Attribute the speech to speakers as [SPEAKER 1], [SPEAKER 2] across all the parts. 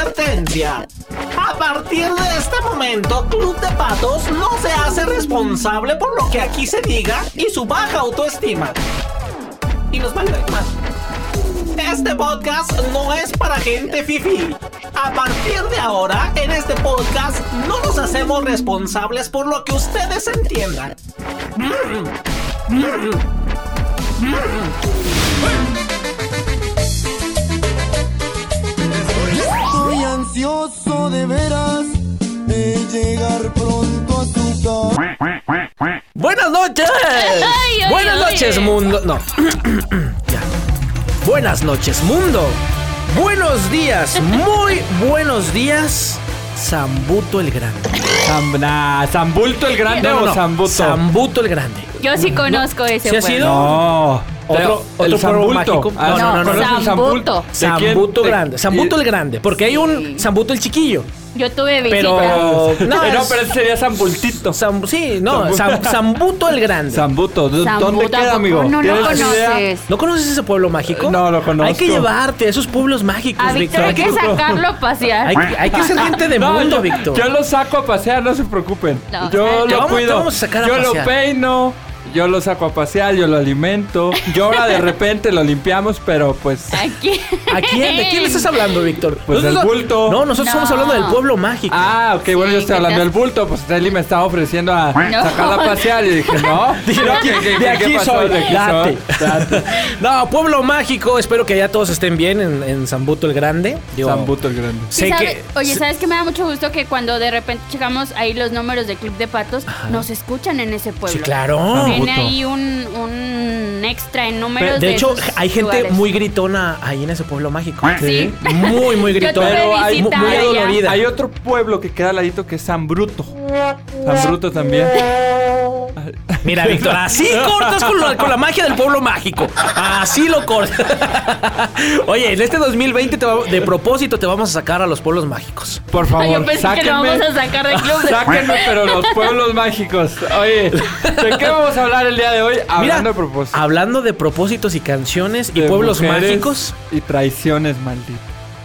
[SPEAKER 1] audiencia. A partir de este momento, Club de Patos no se hace responsable por lo que aquí se diga y su baja autoestima. Y nos vale más. Este podcast no es para gente fifi. A partir de ahora, en este podcast no nos hacemos responsables por lo que ustedes entiendan. Mm. Mm.
[SPEAKER 2] Estoy ansioso de veras de llegar pronto a tu casa.
[SPEAKER 3] Buenas noches.
[SPEAKER 4] Ay, ay,
[SPEAKER 3] Buenas
[SPEAKER 4] ay.
[SPEAKER 3] noches, mundo. No. Ya. Buenas noches, mundo. Buenos días, muy buenos días. Zambuto el Grande.
[SPEAKER 5] Zambulto ¿Zambulto el grande
[SPEAKER 3] No, no,
[SPEAKER 5] o
[SPEAKER 3] no.
[SPEAKER 5] Zambuto?
[SPEAKER 3] Zambuto el Grande.
[SPEAKER 4] Yo sí conozco ese
[SPEAKER 3] ¿Sí ha
[SPEAKER 4] pueblo.
[SPEAKER 3] sido?
[SPEAKER 5] no. Otro,
[SPEAKER 3] el
[SPEAKER 5] otro
[SPEAKER 3] pueblo
[SPEAKER 5] Zambulto.
[SPEAKER 3] mágico.
[SPEAKER 5] Ah,
[SPEAKER 3] No, no, no, no,
[SPEAKER 5] ¿conoces un
[SPEAKER 4] Zambuto.
[SPEAKER 5] Zambuto? ¿De quién?
[SPEAKER 3] Zambuto
[SPEAKER 5] ¿De-
[SPEAKER 3] Grande. Zambuto el Grande. Porque hay un
[SPEAKER 4] Sí.
[SPEAKER 3] Zambuto el Chiquillo.
[SPEAKER 4] Yo tuve visita.
[SPEAKER 3] Pero. pues,
[SPEAKER 5] No,
[SPEAKER 3] No,
[SPEAKER 5] eh, no,
[SPEAKER 3] es-
[SPEAKER 5] pero ese sería Zambultito.
[SPEAKER 3] Zam- sí, no.
[SPEAKER 5] Zambuto.
[SPEAKER 3] Zam- Zambuto el Grande.
[SPEAKER 5] Zambuto, ¿dó- ¿dónde
[SPEAKER 4] Zambuto,
[SPEAKER 5] queda, amigo?
[SPEAKER 4] no, no
[SPEAKER 5] ¿Tienes idea?
[SPEAKER 4] conoces.
[SPEAKER 3] ¿No conoces ese pueblo mágico?
[SPEAKER 5] No, lo conozco.
[SPEAKER 3] Hay que llevarte a esos pueblos mágicos,
[SPEAKER 4] A Víctor hay que sacarlo a pasear.
[SPEAKER 3] Hay, hay que ser gente de
[SPEAKER 5] No,
[SPEAKER 3] mundo,
[SPEAKER 5] yo,
[SPEAKER 3] Víctor.
[SPEAKER 5] yo lo saco a pasear, no se preocupen.
[SPEAKER 4] No,
[SPEAKER 5] yo
[SPEAKER 4] no.
[SPEAKER 5] lo
[SPEAKER 3] Te vamos-
[SPEAKER 5] cuido.
[SPEAKER 3] te vamos a sacar a
[SPEAKER 5] yo
[SPEAKER 3] pasear.
[SPEAKER 5] lo peino, yo lo saco a pasear, yo lo alimento. Yo ahora de repente lo limpiamos, pero pues.
[SPEAKER 4] Aquí.
[SPEAKER 3] ¿A quién? ¿De quién le estás hablando, Víctor?
[SPEAKER 5] Pues del
[SPEAKER 3] Nosotros-
[SPEAKER 5] bulto.
[SPEAKER 3] No, nosotros estamos
[SPEAKER 4] No.
[SPEAKER 3] hablando del pueblo mágico.
[SPEAKER 5] Ah, ok, bueno,
[SPEAKER 4] Sí,
[SPEAKER 5] yo estoy hablando
[SPEAKER 4] que te-
[SPEAKER 5] del bulto, pues Nelly me estaba ofreciendo a
[SPEAKER 4] No.
[SPEAKER 5] sacarla a pasear y dije, no, no, ¿qué- qué-
[SPEAKER 3] de
[SPEAKER 5] qué
[SPEAKER 3] aquí
[SPEAKER 5] pasó?
[SPEAKER 3] soy,
[SPEAKER 5] De aquí
[SPEAKER 3] date,
[SPEAKER 5] soy.
[SPEAKER 3] date. No, pueblo mágico. Espero que ya todos estén bien en, en Zambuto el Grande. Digo,
[SPEAKER 5] Zambuto el grande.
[SPEAKER 4] Sí,
[SPEAKER 3] Sé
[SPEAKER 4] sabe-
[SPEAKER 3] que,
[SPEAKER 4] oye,
[SPEAKER 3] sé-
[SPEAKER 4] ¿sabes qué me da mucho gusto que cuando de repente checamos ahí los números de Club de Patos, nos escuchan en ese pueblo?
[SPEAKER 3] sí, claro. Ah,
[SPEAKER 5] Sí,
[SPEAKER 4] Tiene
[SPEAKER 5] Puto.
[SPEAKER 4] ahí un, un extra en números.
[SPEAKER 3] Pero,
[SPEAKER 4] De,
[SPEAKER 3] de hecho,
[SPEAKER 4] esos
[SPEAKER 3] hay gente
[SPEAKER 4] lugares.
[SPEAKER 3] muy gritona ahí en ese pueblo mágico.
[SPEAKER 4] Sí.
[SPEAKER 3] Muy, muy
[SPEAKER 4] Yo tuve
[SPEAKER 3] gritona.
[SPEAKER 5] Pero hay,
[SPEAKER 4] visita
[SPEAKER 3] muy
[SPEAKER 4] allá.
[SPEAKER 3] dolorida.
[SPEAKER 5] hay otro pueblo que queda al ladito que es San Bruto. San Bruto también.
[SPEAKER 3] Mira, Víctor, así cortas con, lo- con la magia del pueblo mágico. Así lo cortas. Oye, en este 2020 te va- de propósito te vamos a sacar a los pueblos mágicos.
[SPEAKER 5] Por favor,
[SPEAKER 4] Ay, yo pensé
[SPEAKER 5] sáquenme.
[SPEAKER 4] que lo vamos a sacar de Club de
[SPEAKER 5] Sáquenme, pero los pueblos mágicos. Oye, ¿de qué vamos a hablar el día de hoy?
[SPEAKER 3] Mira,
[SPEAKER 5] Hablando de propósito.
[SPEAKER 3] hablando de propósitos y canciones y
[SPEAKER 5] de
[SPEAKER 3] pueblos
[SPEAKER 5] mujeres
[SPEAKER 3] mágicos.
[SPEAKER 5] Y traiciones, maldito.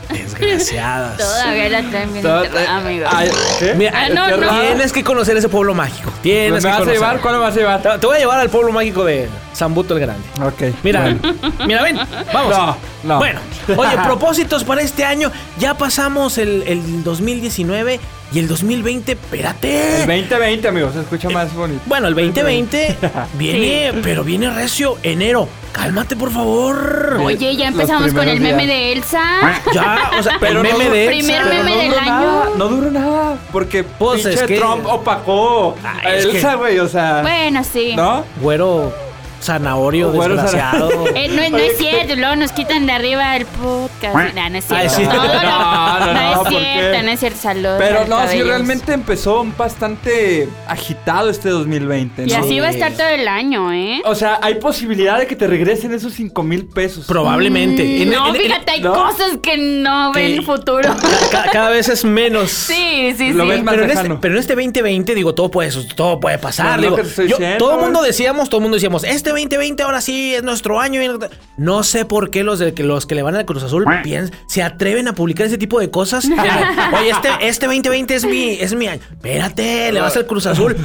[SPEAKER 3] Desgraciadas.
[SPEAKER 4] Todavía la traen bien enterrada, amigo.
[SPEAKER 5] Ay, ¿qué?
[SPEAKER 3] Mira,
[SPEAKER 4] Ah, no, no.
[SPEAKER 3] tienes que conocer ese pueblo mágico.
[SPEAKER 5] ¿Me
[SPEAKER 3] Tienes
[SPEAKER 5] vas
[SPEAKER 3] que
[SPEAKER 5] a
[SPEAKER 3] conocerlo.
[SPEAKER 5] llevar? ¿Cuándo me vas a llevar?
[SPEAKER 3] Te- Te voy a llevar al pueblo mágico de Zambuto el Grande.
[SPEAKER 5] Ok.
[SPEAKER 3] Mira,
[SPEAKER 5] bueno. Ah.
[SPEAKER 3] mira, ven, vamos.
[SPEAKER 5] No, no.
[SPEAKER 3] Bueno, oye, propósitos para este año. Ya pasamos el, el 2019 y el 2020, espérate.
[SPEAKER 5] El 2020, amigo, se escucha más bonito.
[SPEAKER 3] bueno, el 2020 viene, pero viene recio enero. Cálmate, por favor.
[SPEAKER 4] Oye, ya
[SPEAKER 5] Los
[SPEAKER 4] empezamos con el
[SPEAKER 5] primeros
[SPEAKER 4] meme
[SPEAKER 5] días.
[SPEAKER 4] de Elsa.
[SPEAKER 3] Ya, o sea, pero
[SPEAKER 5] Pero
[SPEAKER 3] el
[SPEAKER 5] no-
[SPEAKER 3] meme de
[SPEAKER 4] Primer
[SPEAKER 3] Elsa.
[SPEAKER 4] meme del
[SPEAKER 5] duró nada,
[SPEAKER 4] año.
[SPEAKER 5] no duró nada. Porque
[SPEAKER 3] Pues,
[SPEAKER 5] pinche
[SPEAKER 3] es que-
[SPEAKER 5] Trump opacó.
[SPEAKER 3] Ay,
[SPEAKER 5] a
[SPEAKER 3] es que-
[SPEAKER 5] Elsa, güey, o sea.
[SPEAKER 4] Bueno, sí.
[SPEAKER 5] ¿No?
[SPEAKER 3] Güero zanahorio
[SPEAKER 5] Güero
[SPEAKER 3] desgraciado.
[SPEAKER 4] Eh, no, no es cierto, luego nos quitan de arriba el podcast. No, no es
[SPEAKER 3] Ay,
[SPEAKER 4] cierto.
[SPEAKER 3] sí.
[SPEAKER 4] No, no, no,
[SPEAKER 5] No, no, no,
[SPEAKER 4] es
[SPEAKER 5] ¿por qué?
[SPEAKER 4] cierto, no es cierto. Saludos.
[SPEAKER 5] Pero
[SPEAKER 4] al
[SPEAKER 5] no, sí,
[SPEAKER 4] cabellos.
[SPEAKER 5] realmente empezó bastante agitado este 2020. ¿no?
[SPEAKER 4] Y así va a estar todo el año, ¿eh?
[SPEAKER 5] O sea, hay posibilidad de que te regresen esos 5 mil pesos.
[SPEAKER 3] Probablemente. En-
[SPEAKER 4] Mm, no,
[SPEAKER 3] en- en-
[SPEAKER 4] fíjate, hay
[SPEAKER 5] ¿no?
[SPEAKER 4] cosas que no
[SPEAKER 3] Que-
[SPEAKER 4] ven futuro.
[SPEAKER 3] ca- cada, vez es menos.
[SPEAKER 4] sí, sí,
[SPEAKER 5] Lo
[SPEAKER 4] sí.
[SPEAKER 5] ves más
[SPEAKER 3] Pero en, este,
[SPEAKER 5] lejano.
[SPEAKER 3] pero en este 2020, digo, todo puede, su- todo puede pasar.
[SPEAKER 5] Pues lo
[SPEAKER 3] digo,
[SPEAKER 5] que te estoy
[SPEAKER 3] yo-
[SPEAKER 5] diciendo,
[SPEAKER 3] todo el
[SPEAKER 5] güey.
[SPEAKER 3] mundo decíamos, todo el mundo decíamos, este 2020 ahora sí es nuestro año. y- No sé por qué los, de, que- los que le van al Cruz Azul piens- se atreven a publicar ese tipo de cosas. Oye, este, este 2020 es mi, es mi año. Espérate, le vas al Cruz Azul.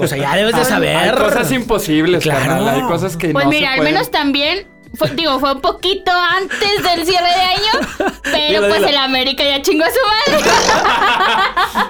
[SPEAKER 3] O sea, ya debes de saber.
[SPEAKER 5] Hay cosas imposibles,
[SPEAKER 3] Claro.
[SPEAKER 5] carnal, Hay cosas que
[SPEAKER 4] Pues
[SPEAKER 5] no
[SPEAKER 4] mira,
[SPEAKER 5] se
[SPEAKER 4] al
[SPEAKER 5] pueden.
[SPEAKER 4] menos también. fue- digo, fue un poquito antes del cierre de año, pero pues el América ya chingó a su madre.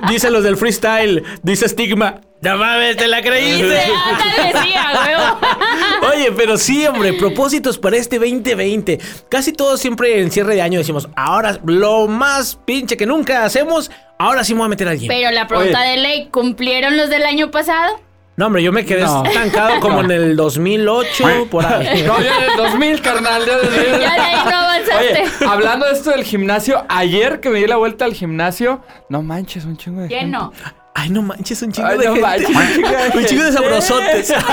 [SPEAKER 3] Dice los del freestyle, dice Stigma. Ya mames, te la creíste.
[SPEAKER 4] Ándale, sí, a huevo.
[SPEAKER 3] Oye, pero sí, hombre, propósitos para este 2020. Casi todos siempre en cierre de año decimos, ahora lo más pinche que nunca hacemos, ahora sí me voy a meter a alguien.
[SPEAKER 4] Pero la pregunta de ley, ¿cumplieron los del año pasado?
[SPEAKER 3] No, hombre, yo me quedé
[SPEAKER 5] No.
[SPEAKER 3] estancado como en el 2008, por ahí.
[SPEAKER 5] No, ya en el 2000, carnal. Ya, desde-
[SPEAKER 4] Ya de ahí no avanzaste.
[SPEAKER 5] Oye, hablando de esto del gimnasio, ayer que me di la vuelta al gimnasio, no manches, un chingo de gente.
[SPEAKER 4] Lleno.
[SPEAKER 3] Ay, no manches, un chingo
[SPEAKER 5] Ay,
[SPEAKER 3] de
[SPEAKER 5] no
[SPEAKER 3] gente.
[SPEAKER 5] manches, un chingo de
[SPEAKER 3] un chingo de
[SPEAKER 5] gente.
[SPEAKER 3] sabrosotes.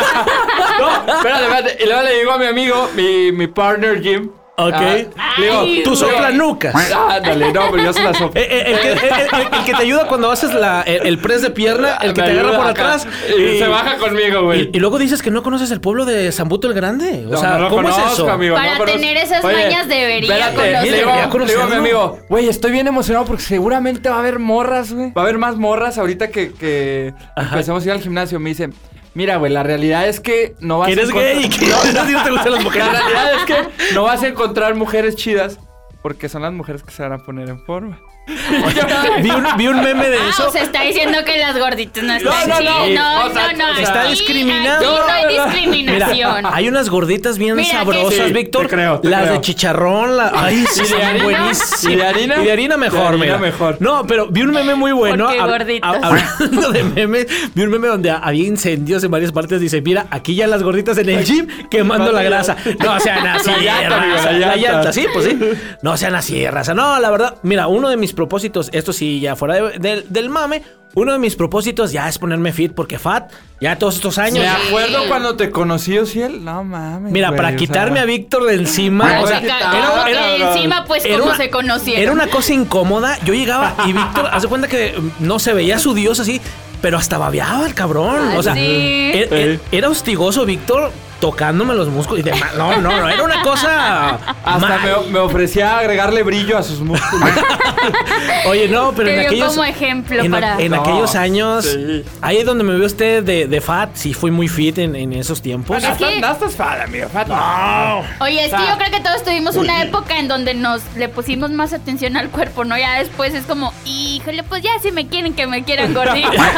[SPEAKER 5] No, espérate, espérate. Y luego le digo a mi amigo, mi, mi partner Jim,
[SPEAKER 3] Ok.
[SPEAKER 5] Ah, digo,
[SPEAKER 4] Ay,
[SPEAKER 3] Tú
[SPEAKER 4] güey.
[SPEAKER 3] sopla nucas.
[SPEAKER 5] Ándale, no, pero yo se la
[SPEAKER 3] Eh,
[SPEAKER 5] soplo.
[SPEAKER 3] eh, El, que, eh, eh, el que te ayuda cuando haces la- el, el press de pierna, el que
[SPEAKER 5] Me
[SPEAKER 3] te agarra
[SPEAKER 5] ayuda
[SPEAKER 3] por
[SPEAKER 5] acá.
[SPEAKER 3] atrás.
[SPEAKER 5] Y, se baja conmigo, güey.
[SPEAKER 3] Y, y luego dices que no conoces el pueblo de Zambuto el Grande. O
[SPEAKER 5] No,
[SPEAKER 3] sea,
[SPEAKER 5] no lo
[SPEAKER 3] ¿cómo es
[SPEAKER 5] conozco,
[SPEAKER 3] eso?
[SPEAKER 5] amigo,
[SPEAKER 4] Para
[SPEAKER 5] no, pero-
[SPEAKER 4] tener esas mañas debería
[SPEAKER 5] espérate,
[SPEAKER 4] conocerlo.
[SPEAKER 3] Debería
[SPEAKER 5] le digo- le digo a mi
[SPEAKER 3] conocerlo.
[SPEAKER 5] amigo, güey, estoy bien emocionado porque seguramente va a haber morras, güey. Va a haber más morras ahorita que, que empecemos a ir al gimnasio. Me dice, mira, güey, la realidad es que no vas
[SPEAKER 3] Que
[SPEAKER 5] a
[SPEAKER 3] eres
[SPEAKER 5] encontrar-
[SPEAKER 3] gay y que no, no, te gustan las mujeres.
[SPEAKER 5] La realidad es que no vas a encontrar mujeres chidas porque son las mujeres que se van a poner en forma. Y yo-
[SPEAKER 3] Vi un, vi un meme de
[SPEAKER 4] Ah,
[SPEAKER 3] eso.
[SPEAKER 4] o sea, está diciendo que las gorditas no están
[SPEAKER 5] no, no.
[SPEAKER 4] chidas. No,
[SPEAKER 5] O sea,
[SPEAKER 4] no, no.
[SPEAKER 3] está
[SPEAKER 4] aquí-
[SPEAKER 3] discriminando.
[SPEAKER 4] Aquí no hay
[SPEAKER 3] Mira,
[SPEAKER 4] discriminación.
[SPEAKER 3] hay unas gorditas bien
[SPEAKER 4] Mira que
[SPEAKER 3] sabrosas,
[SPEAKER 4] sí.
[SPEAKER 3] Víctor.
[SPEAKER 5] Te creo, te
[SPEAKER 3] las
[SPEAKER 5] creo.
[SPEAKER 3] de chicharrón, la- ay, sí,
[SPEAKER 5] ¿Y de
[SPEAKER 3] son
[SPEAKER 5] harina?
[SPEAKER 3] buenísimas.
[SPEAKER 5] ¿Y de harina?
[SPEAKER 3] Y de harina mejor,
[SPEAKER 5] De harina
[SPEAKER 3] mira.
[SPEAKER 5] mejor.
[SPEAKER 3] No, pero vi un meme muy bueno.
[SPEAKER 4] Porque
[SPEAKER 3] hab-
[SPEAKER 4] gorditas.
[SPEAKER 3] hab- hablando de memes, vi un meme donde había incendios en varias partes. Dice, mira, aquí ya las gorditas en el gym quemando la grasa. No sean así,
[SPEAKER 5] La llanta, amigo,
[SPEAKER 3] raza.
[SPEAKER 5] la
[SPEAKER 3] La
[SPEAKER 5] llanta.
[SPEAKER 3] llanta, sí, pues sí. No sean así, raza. No, la verdad, mira, uno de mis propósitos, esto sí, ya fuera de- del- del mame, uno de mis propósitos ya es ponerme fit porque fat, ya todos estos años.
[SPEAKER 5] Me
[SPEAKER 3] ya-
[SPEAKER 5] acuerdo cuando te conocí, Ociel. No mames.
[SPEAKER 3] Mira,
[SPEAKER 5] güey,
[SPEAKER 3] para
[SPEAKER 5] o
[SPEAKER 3] quitarme
[SPEAKER 5] sea,
[SPEAKER 3] a Víctor de encima,
[SPEAKER 5] Ah,
[SPEAKER 3] o sea,
[SPEAKER 5] sí,
[SPEAKER 4] Como
[SPEAKER 5] era-
[SPEAKER 4] que
[SPEAKER 5] era- era-
[SPEAKER 4] encima, pues,
[SPEAKER 3] era
[SPEAKER 4] como
[SPEAKER 3] una-
[SPEAKER 4] se conocieron.
[SPEAKER 3] Era una cosa incómoda. Yo llegaba y Víctor, hace cuenta que mm, no se veía su dios así, pero hasta babeaba el cabrón.
[SPEAKER 4] Ah,
[SPEAKER 3] o sea,
[SPEAKER 4] sí.
[SPEAKER 3] er- er- era hostigoso Víctor tocándome los músculos y demás. No, no, no, era una cosa.
[SPEAKER 5] Hasta
[SPEAKER 3] mal.
[SPEAKER 5] me, me ofrecía agregarle brillo a sus músculos.
[SPEAKER 3] Oye, no, pero
[SPEAKER 4] Te
[SPEAKER 3] en
[SPEAKER 4] vio
[SPEAKER 3] aquellos.
[SPEAKER 4] como ejemplo
[SPEAKER 3] en, a-
[SPEAKER 4] para-
[SPEAKER 3] en
[SPEAKER 5] No,
[SPEAKER 3] aquellos años.
[SPEAKER 5] sí.
[SPEAKER 3] Ahí es donde me vio usted de, de fat. Sí, fui muy fit en, en esos tiempos.
[SPEAKER 4] Es que-
[SPEAKER 5] No estás fada, amigo. fat no.
[SPEAKER 4] Oye, es
[SPEAKER 5] O
[SPEAKER 4] que
[SPEAKER 5] sea,
[SPEAKER 4] yo creo que todos tuvimos una
[SPEAKER 3] eh.
[SPEAKER 4] época en donde nos le pusimos más atención al cuerpo, ¿no? Ya después es como, híjole, pues ya si me quieren, que me quieran gordita.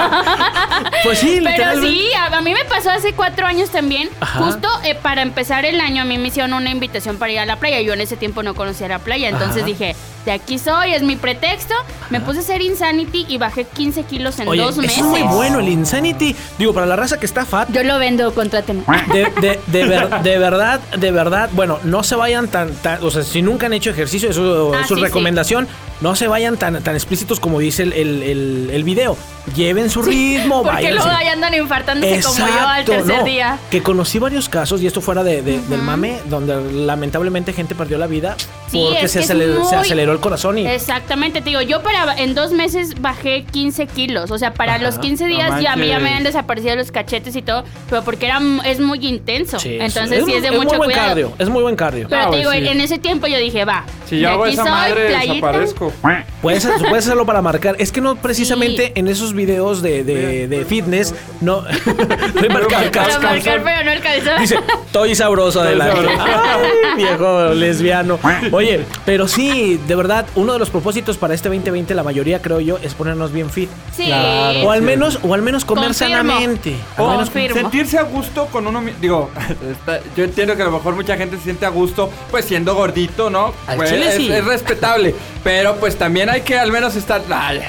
[SPEAKER 3] Pues sí,
[SPEAKER 4] Pero
[SPEAKER 3] literalmente.
[SPEAKER 4] sí, a, a mí me pasó hace cuatro años también.
[SPEAKER 3] Ajá.
[SPEAKER 4] Justo eh, para empezar el año, a mí me hicieron una invitación para ir a la playa. Yo en ese tiempo no conocía la playa, entonces
[SPEAKER 3] Ajá.
[SPEAKER 4] dije, de aquí soy, es mi pretexto. Me puse a hacer Insanity y bajé 15 kilos en
[SPEAKER 3] Oye,
[SPEAKER 4] dos meses.
[SPEAKER 3] es muy bueno el Insanity. Digo, para la raza que está fat,
[SPEAKER 4] Yo lo vendo, contráteme.
[SPEAKER 3] De, de- de ver- de verdad, de verdad, bueno, no se vayan tan, tan- o sea, si nunca han hecho ejercicio, eso
[SPEAKER 4] Ah,
[SPEAKER 3] es su
[SPEAKER 4] sí,
[SPEAKER 3] recomendación, no se vayan tan, tan explícitos como dice el, el- el- el video. Lleven su ritmo,
[SPEAKER 4] Porque
[SPEAKER 3] vayan.
[SPEAKER 4] luego ahí andan infartándose como yo al tercer día.
[SPEAKER 3] Que conocí varios casos, y esto fuera de- de- del mame, donde lamentablemente gente perdió la vida
[SPEAKER 4] Sí,
[SPEAKER 3] porque
[SPEAKER 4] es
[SPEAKER 3] se,
[SPEAKER 4] que es
[SPEAKER 3] aceleró, se
[SPEAKER 4] muy-
[SPEAKER 3] aceleró el corazón y...
[SPEAKER 4] Exactamente, te digo, yo para en dos meses bajé 15 kilos, o sea, para
[SPEAKER 3] Ajá,
[SPEAKER 4] los 15 días
[SPEAKER 5] no
[SPEAKER 4] ya, me- ya me
[SPEAKER 5] manches.
[SPEAKER 4] habían desaparecido los cachetes y todo, pero porque era, es muy intenso,
[SPEAKER 3] Sí,
[SPEAKER 4] entonces sí es de
[SPEAKER 3] muy
[SPEAKER 4] mucho
[SPEAKER 3] buen
[SPEAKER 4] cuidado.
[SPEAKER 3] cardio, es muy buen cardio.
[SPEAKER 4] Pero
[SPEAKER 5] Ah,
[SPEAKER 4] te
[SPEAKER 5] pues
[SPEAKER 4] digo,
[SPEAKER 5] sí.
[SPEAKER 4] en ese tiempo yo dije, va,
[SPEAKER 5] Si
[SPEAKER 4] de
[SPEAKER 5] yo hago
[SPEAKER 4] aquí
[SPEAKER 5] esa
[SPEAKER 4] soy,
[SPEAKER 5] madre,
[SPEAKER 4] playita.
[SPEAKER 5] desaparezco.
[SPEAKER 3] Puedes, puedes hacerlo para marcar. Es que no precisamente en esos videos de, de, de fitness, no. Estoy marcando
[SPEAKER 4] Para
[SPEAKER 5] Calzón.
[SPEAKER 4] marcar, pero no el calzón.
[SPEAKER 3] Dice, estoy sabroso adelante.
[SPEAKER 5] sabroso.
[SPEAKER 3] Ay, viejo lesbiano. Oye, pero sí, de verdad, uno de los propósitos para este 2020, la mayoría creo yo, es ponernos bien fit.
[SPEAKER 4] sí.
[SPEAKER 5] Claro.
[SPEAKER 3] O al menos, o al menos comer
[SPEAKER 4] Confirmo.
[SPEAKER 3] sanamente. Al
[SPEAKER 5] O
[SPEAKER 3] menos-
[SPEAKER 4] Confirmo.
[SPEAKER 5] sentirse a gusto con uno mismo. Digo, está- yo entiendo que a lo mejor mucha gente se siente a gusto, pues siendo gordito, ¿no?
[SPEAKER 3] Al
[SPEAKER 5] Pues,
[SPEAKER 3] chile
[SPEAKER 5] es,
[SPEAKER 3] sí.
[SPEAKER 5] es respetable. Pero pues también hay que al menos estar. ay,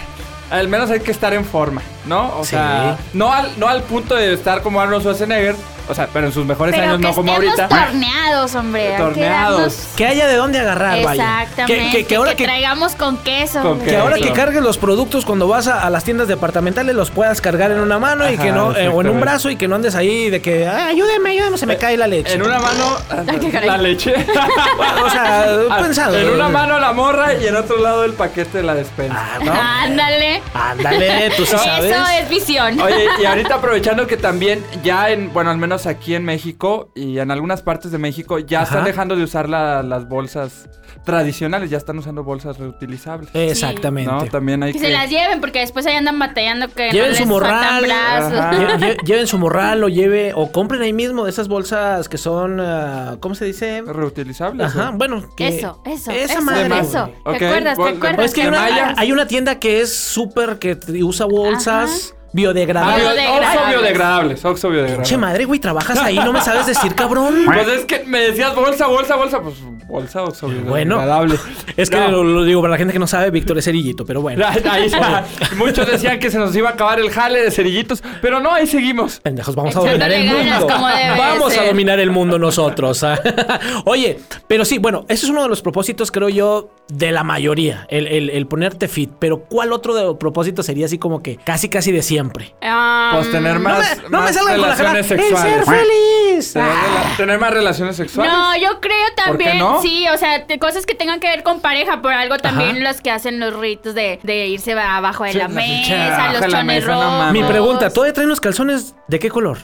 [SPEAKER 5] al menos hay que estar en forma, ¿no? O
[SPEAKER 3] Sí.
[SPEAKER 5] sea, no al, no al punto de estar como Arnold Schwarzenegger, o sea, pero en sus mejores
[SPEAKER 4] Pero
[SPEAKER 5] años,
[SPEAKER 4] que
[SPEAKER 5] no como
[SPEAKER 4] estemos
[SPEAKER 5] ahorita.
[SPEAKER 4] torneados, hombre. hay que
[SPEAKER 5] Torneados.
[SPEAKER 4] darnos-
[SPEAKER 3] que haya de dónde agarrar, vaya.
[SPEAKER 4] Exactamente.
[SPEAKER 3] Que, que- que ahora que,
[SPEAKER 4] traigamos con queso.
[SPEAKER 5] Con
[SPEAKER 4] hombre.
[SPEAKER 3] que ahora que
[SPEAKER 5] Claro.
[SPEAKER 3] cargues los productos cuando vas a, a las tiendas departamentales los puedas cargar en una mano y
[SPEAKER 5] Ajá,
[SPEAKER 3] que no eh, o en un
[SPEAKER 5] exactamente. Eh,
[SPEAKER 3] brazo y que no andes ahí de que "Ay, ayúdeme, ayúdeme, se me cae la leche.
[SPEAKER 5] En una mano
[SPEAKER 4] qué caray.
[SPEAKER 5] la leche.
[SPEAKER 3] o sea, pensado.
[SPEAKER 5] En una mano la morra y en otro lado el paquete de la
[SPEAKER 3] Ah,
[SPEAKER 5] despensa. ¿no?
[SPEAKER 4] Ándale.
[SPEAKER 3] Ándale, tú sí sabes.
[SPEAKER 4] Eso es visión.
[SPEAKER 5] Oye, y ahorita aprovechando que también ya en, bueno, al menos aquí en México y en algunas partes de México ya
[SPEAKER 3] Ajá.
[SPEAKER 5] están dejando de usar la- las bolsas tradicionales, ya están usando bolsas reutilizables.
[SPEAKER 3] Exactamente.
[SPEAKER 5] No, también hay
[SPEAKER 4] que
[SPEAKER 5] que...
[SPEAKER 4] se las lleven porque después ahí andan batallando que
[SPEAKER 3] Lleven
[SPEAKER 4] no
[SPEAKER 3] su
[SPEAKER 4] les
[SPEAKER 3] morral,
[SPEAKER 4] faltan brazos.
[SPEAKER 5] Ajá.
[SPEAKER 3] Lle- lle- lleven su morral o lleve o compren ahí mismo de esas bolsas que son ah, ¿cómo se dice?
[SPEAKER 5] Reutilizables. ¿eh?
[SPEAKER 3] Ajá, bueno, que
[SPEAKER 4] Eso, eso,
[SPEAKER 3] esa
[SPEAKER 4] eso,
[SPEAKER 3] madre, pues,
[SPEAKER 4] eso.
[SPEAKER 3] güey.
[SPEAKER 5] Ok,
[SPEAKER 4] ¿Te acuerdas? ¿Te
[SPEAKER 5] bueno,
[SPEAKER 4] acuerdas?
[SPEAKER 5] bueno,
[SPEAKER 3] Es que hay
[SPEAKER 4] ¿Te
[SPEAKER 3] una,
[SPEAKER 5] Mayas.
[SPEAKER 4] acuerdas?
[SPEAKER 3] hay una tienda que es súper que t- usa bolsas
[SPEAKER 5] Ah,
[SPEAKER 3] biodegradables.
[SPEAKER 5] bio-
[SPEAKER 4] Biodegradables.
[SPEAKER 5] Oxo biodegradables, Oxo
[SPEAKER 3] Che
[SPEAKER 5] biodegradables.
[SPEAKER 3] madre, güey, trabajas ahí, no me sabes decir, cabrón.
[SPEAKER 5] Pues es que me decías bolsa, bolsa, bolsa, pues bolsa Oxo
[SPEAKER 3] Bueno,
[SPEAKER 5] biodegradable.
[SPEAKER 3] es que
[SPEAKER 5] No.
[SPEAKER 3] lo, lo digo para la gente que no sabe, Víctor es cerillito, pero bueno.
[SPEAKER 5] Ahí está. Muchos decían que se nos iba a acabar el jale de cerillitos, pero no, ahí seguimos.
[SPEAKER 3] Pendejos, vamos a
[SPEAKER 4] Echándole
[SPEAKER 3] dominar el
[SPEAKER 4] ganas
[SPEAKER 3] mundo.
[SPEAKER 4] como debe
[SPEAKER 3] Vamos a
[SPEAKER 4] ser.
[SPEAKER 3] dominar el mundo nosotros. ah. Oye, pero sí, bueno, ese es uno de los propósitos, creo yo, de la mayoría, el, el- el ponerte fit. Pero ¿cuál otro de los propósitos sería así como que casi, casi de siempre?
[SPEAKER 4] Ah,
[SPEAKER 5] Pues tener
[SPEAKER 3] No
[SPEAKER 5] más,
[SPEAKER 3] me, Mm. no me
[SPEAKER 5] más
[SPEAKER 3] salgan con la cara.
[SPEAKER 5] relaciones
[SPEAKER 3] El ser
[SPEAKER 5] sexuales.
[SPEAKER 3] feliz. Ah, feliz.
[SPEAKER 5] Tener, rela- tener más relaciones sexuales.
[SPEAKER 4] Ah. No, yo creo también,
[SPEAKER 5] no?
[SPEAKER 4] sí, o sea, te- cosas que tengan que ver con pareja, por algo también
[SPEAKER 3] Ajá.
[SPEAKER 4] los que hacen los ritos de, de irse abajo de
[SPEAKER 5] Sí,
[SPEAKER 4] la
[SPEAKER 5] la
[SPEAKER 4] mesa,
[SPEAKER 5] pinche
[SPEAKER 4] los
[SPEAKER 5] abajo de la
[SPEAKER 4] chones
[SPEAKER 5] mesa, no
[SPEAKER 4] rojos.
[SPEAKER 5] mames.
[SPEAKER 3] Mi pregunta, ¿todavía traen los calzones de qué color?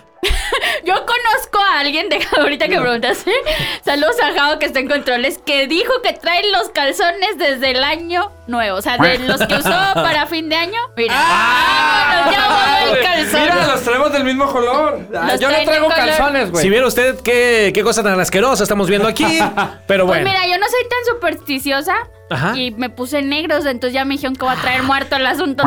[SPEAKER 4] Yo conozco a alguien, de ahorita que preguntaste, saludos a Jao que está en controles, que dijo que trae los calzones desde el año nuevo, o sea, de los que usó para fin de año. Mira,
[SPEAKER 5] ¡Ah!
[SPEAKER 4] vámonos, ya voló el calzón.
[SPEAKER 5] Mira, los traemos del mismo color. Ah,
[SPEAKER 4] Los
[SPEAKER 5] yo no
[SPEAKER 4] traen de
[SPEAKER 5] traigo
[SPEAKER 4] color.
[SPEAKER 5] calzones, güey.
[SPEAKER 3] Si viera usted qué, qué cosa tan asquerosa estamos viendo aquí. Pero
[SPEAKER 4] Pues
[SPEAKER 3] bueno.
[SPEAKER 4] mira, yo no soy tan supersticiosa
[SPEAKER 3] Ajá.
[SPEAKER 4] y me puse negros, entonces ya me dijeron que va a traer muerto el asunto.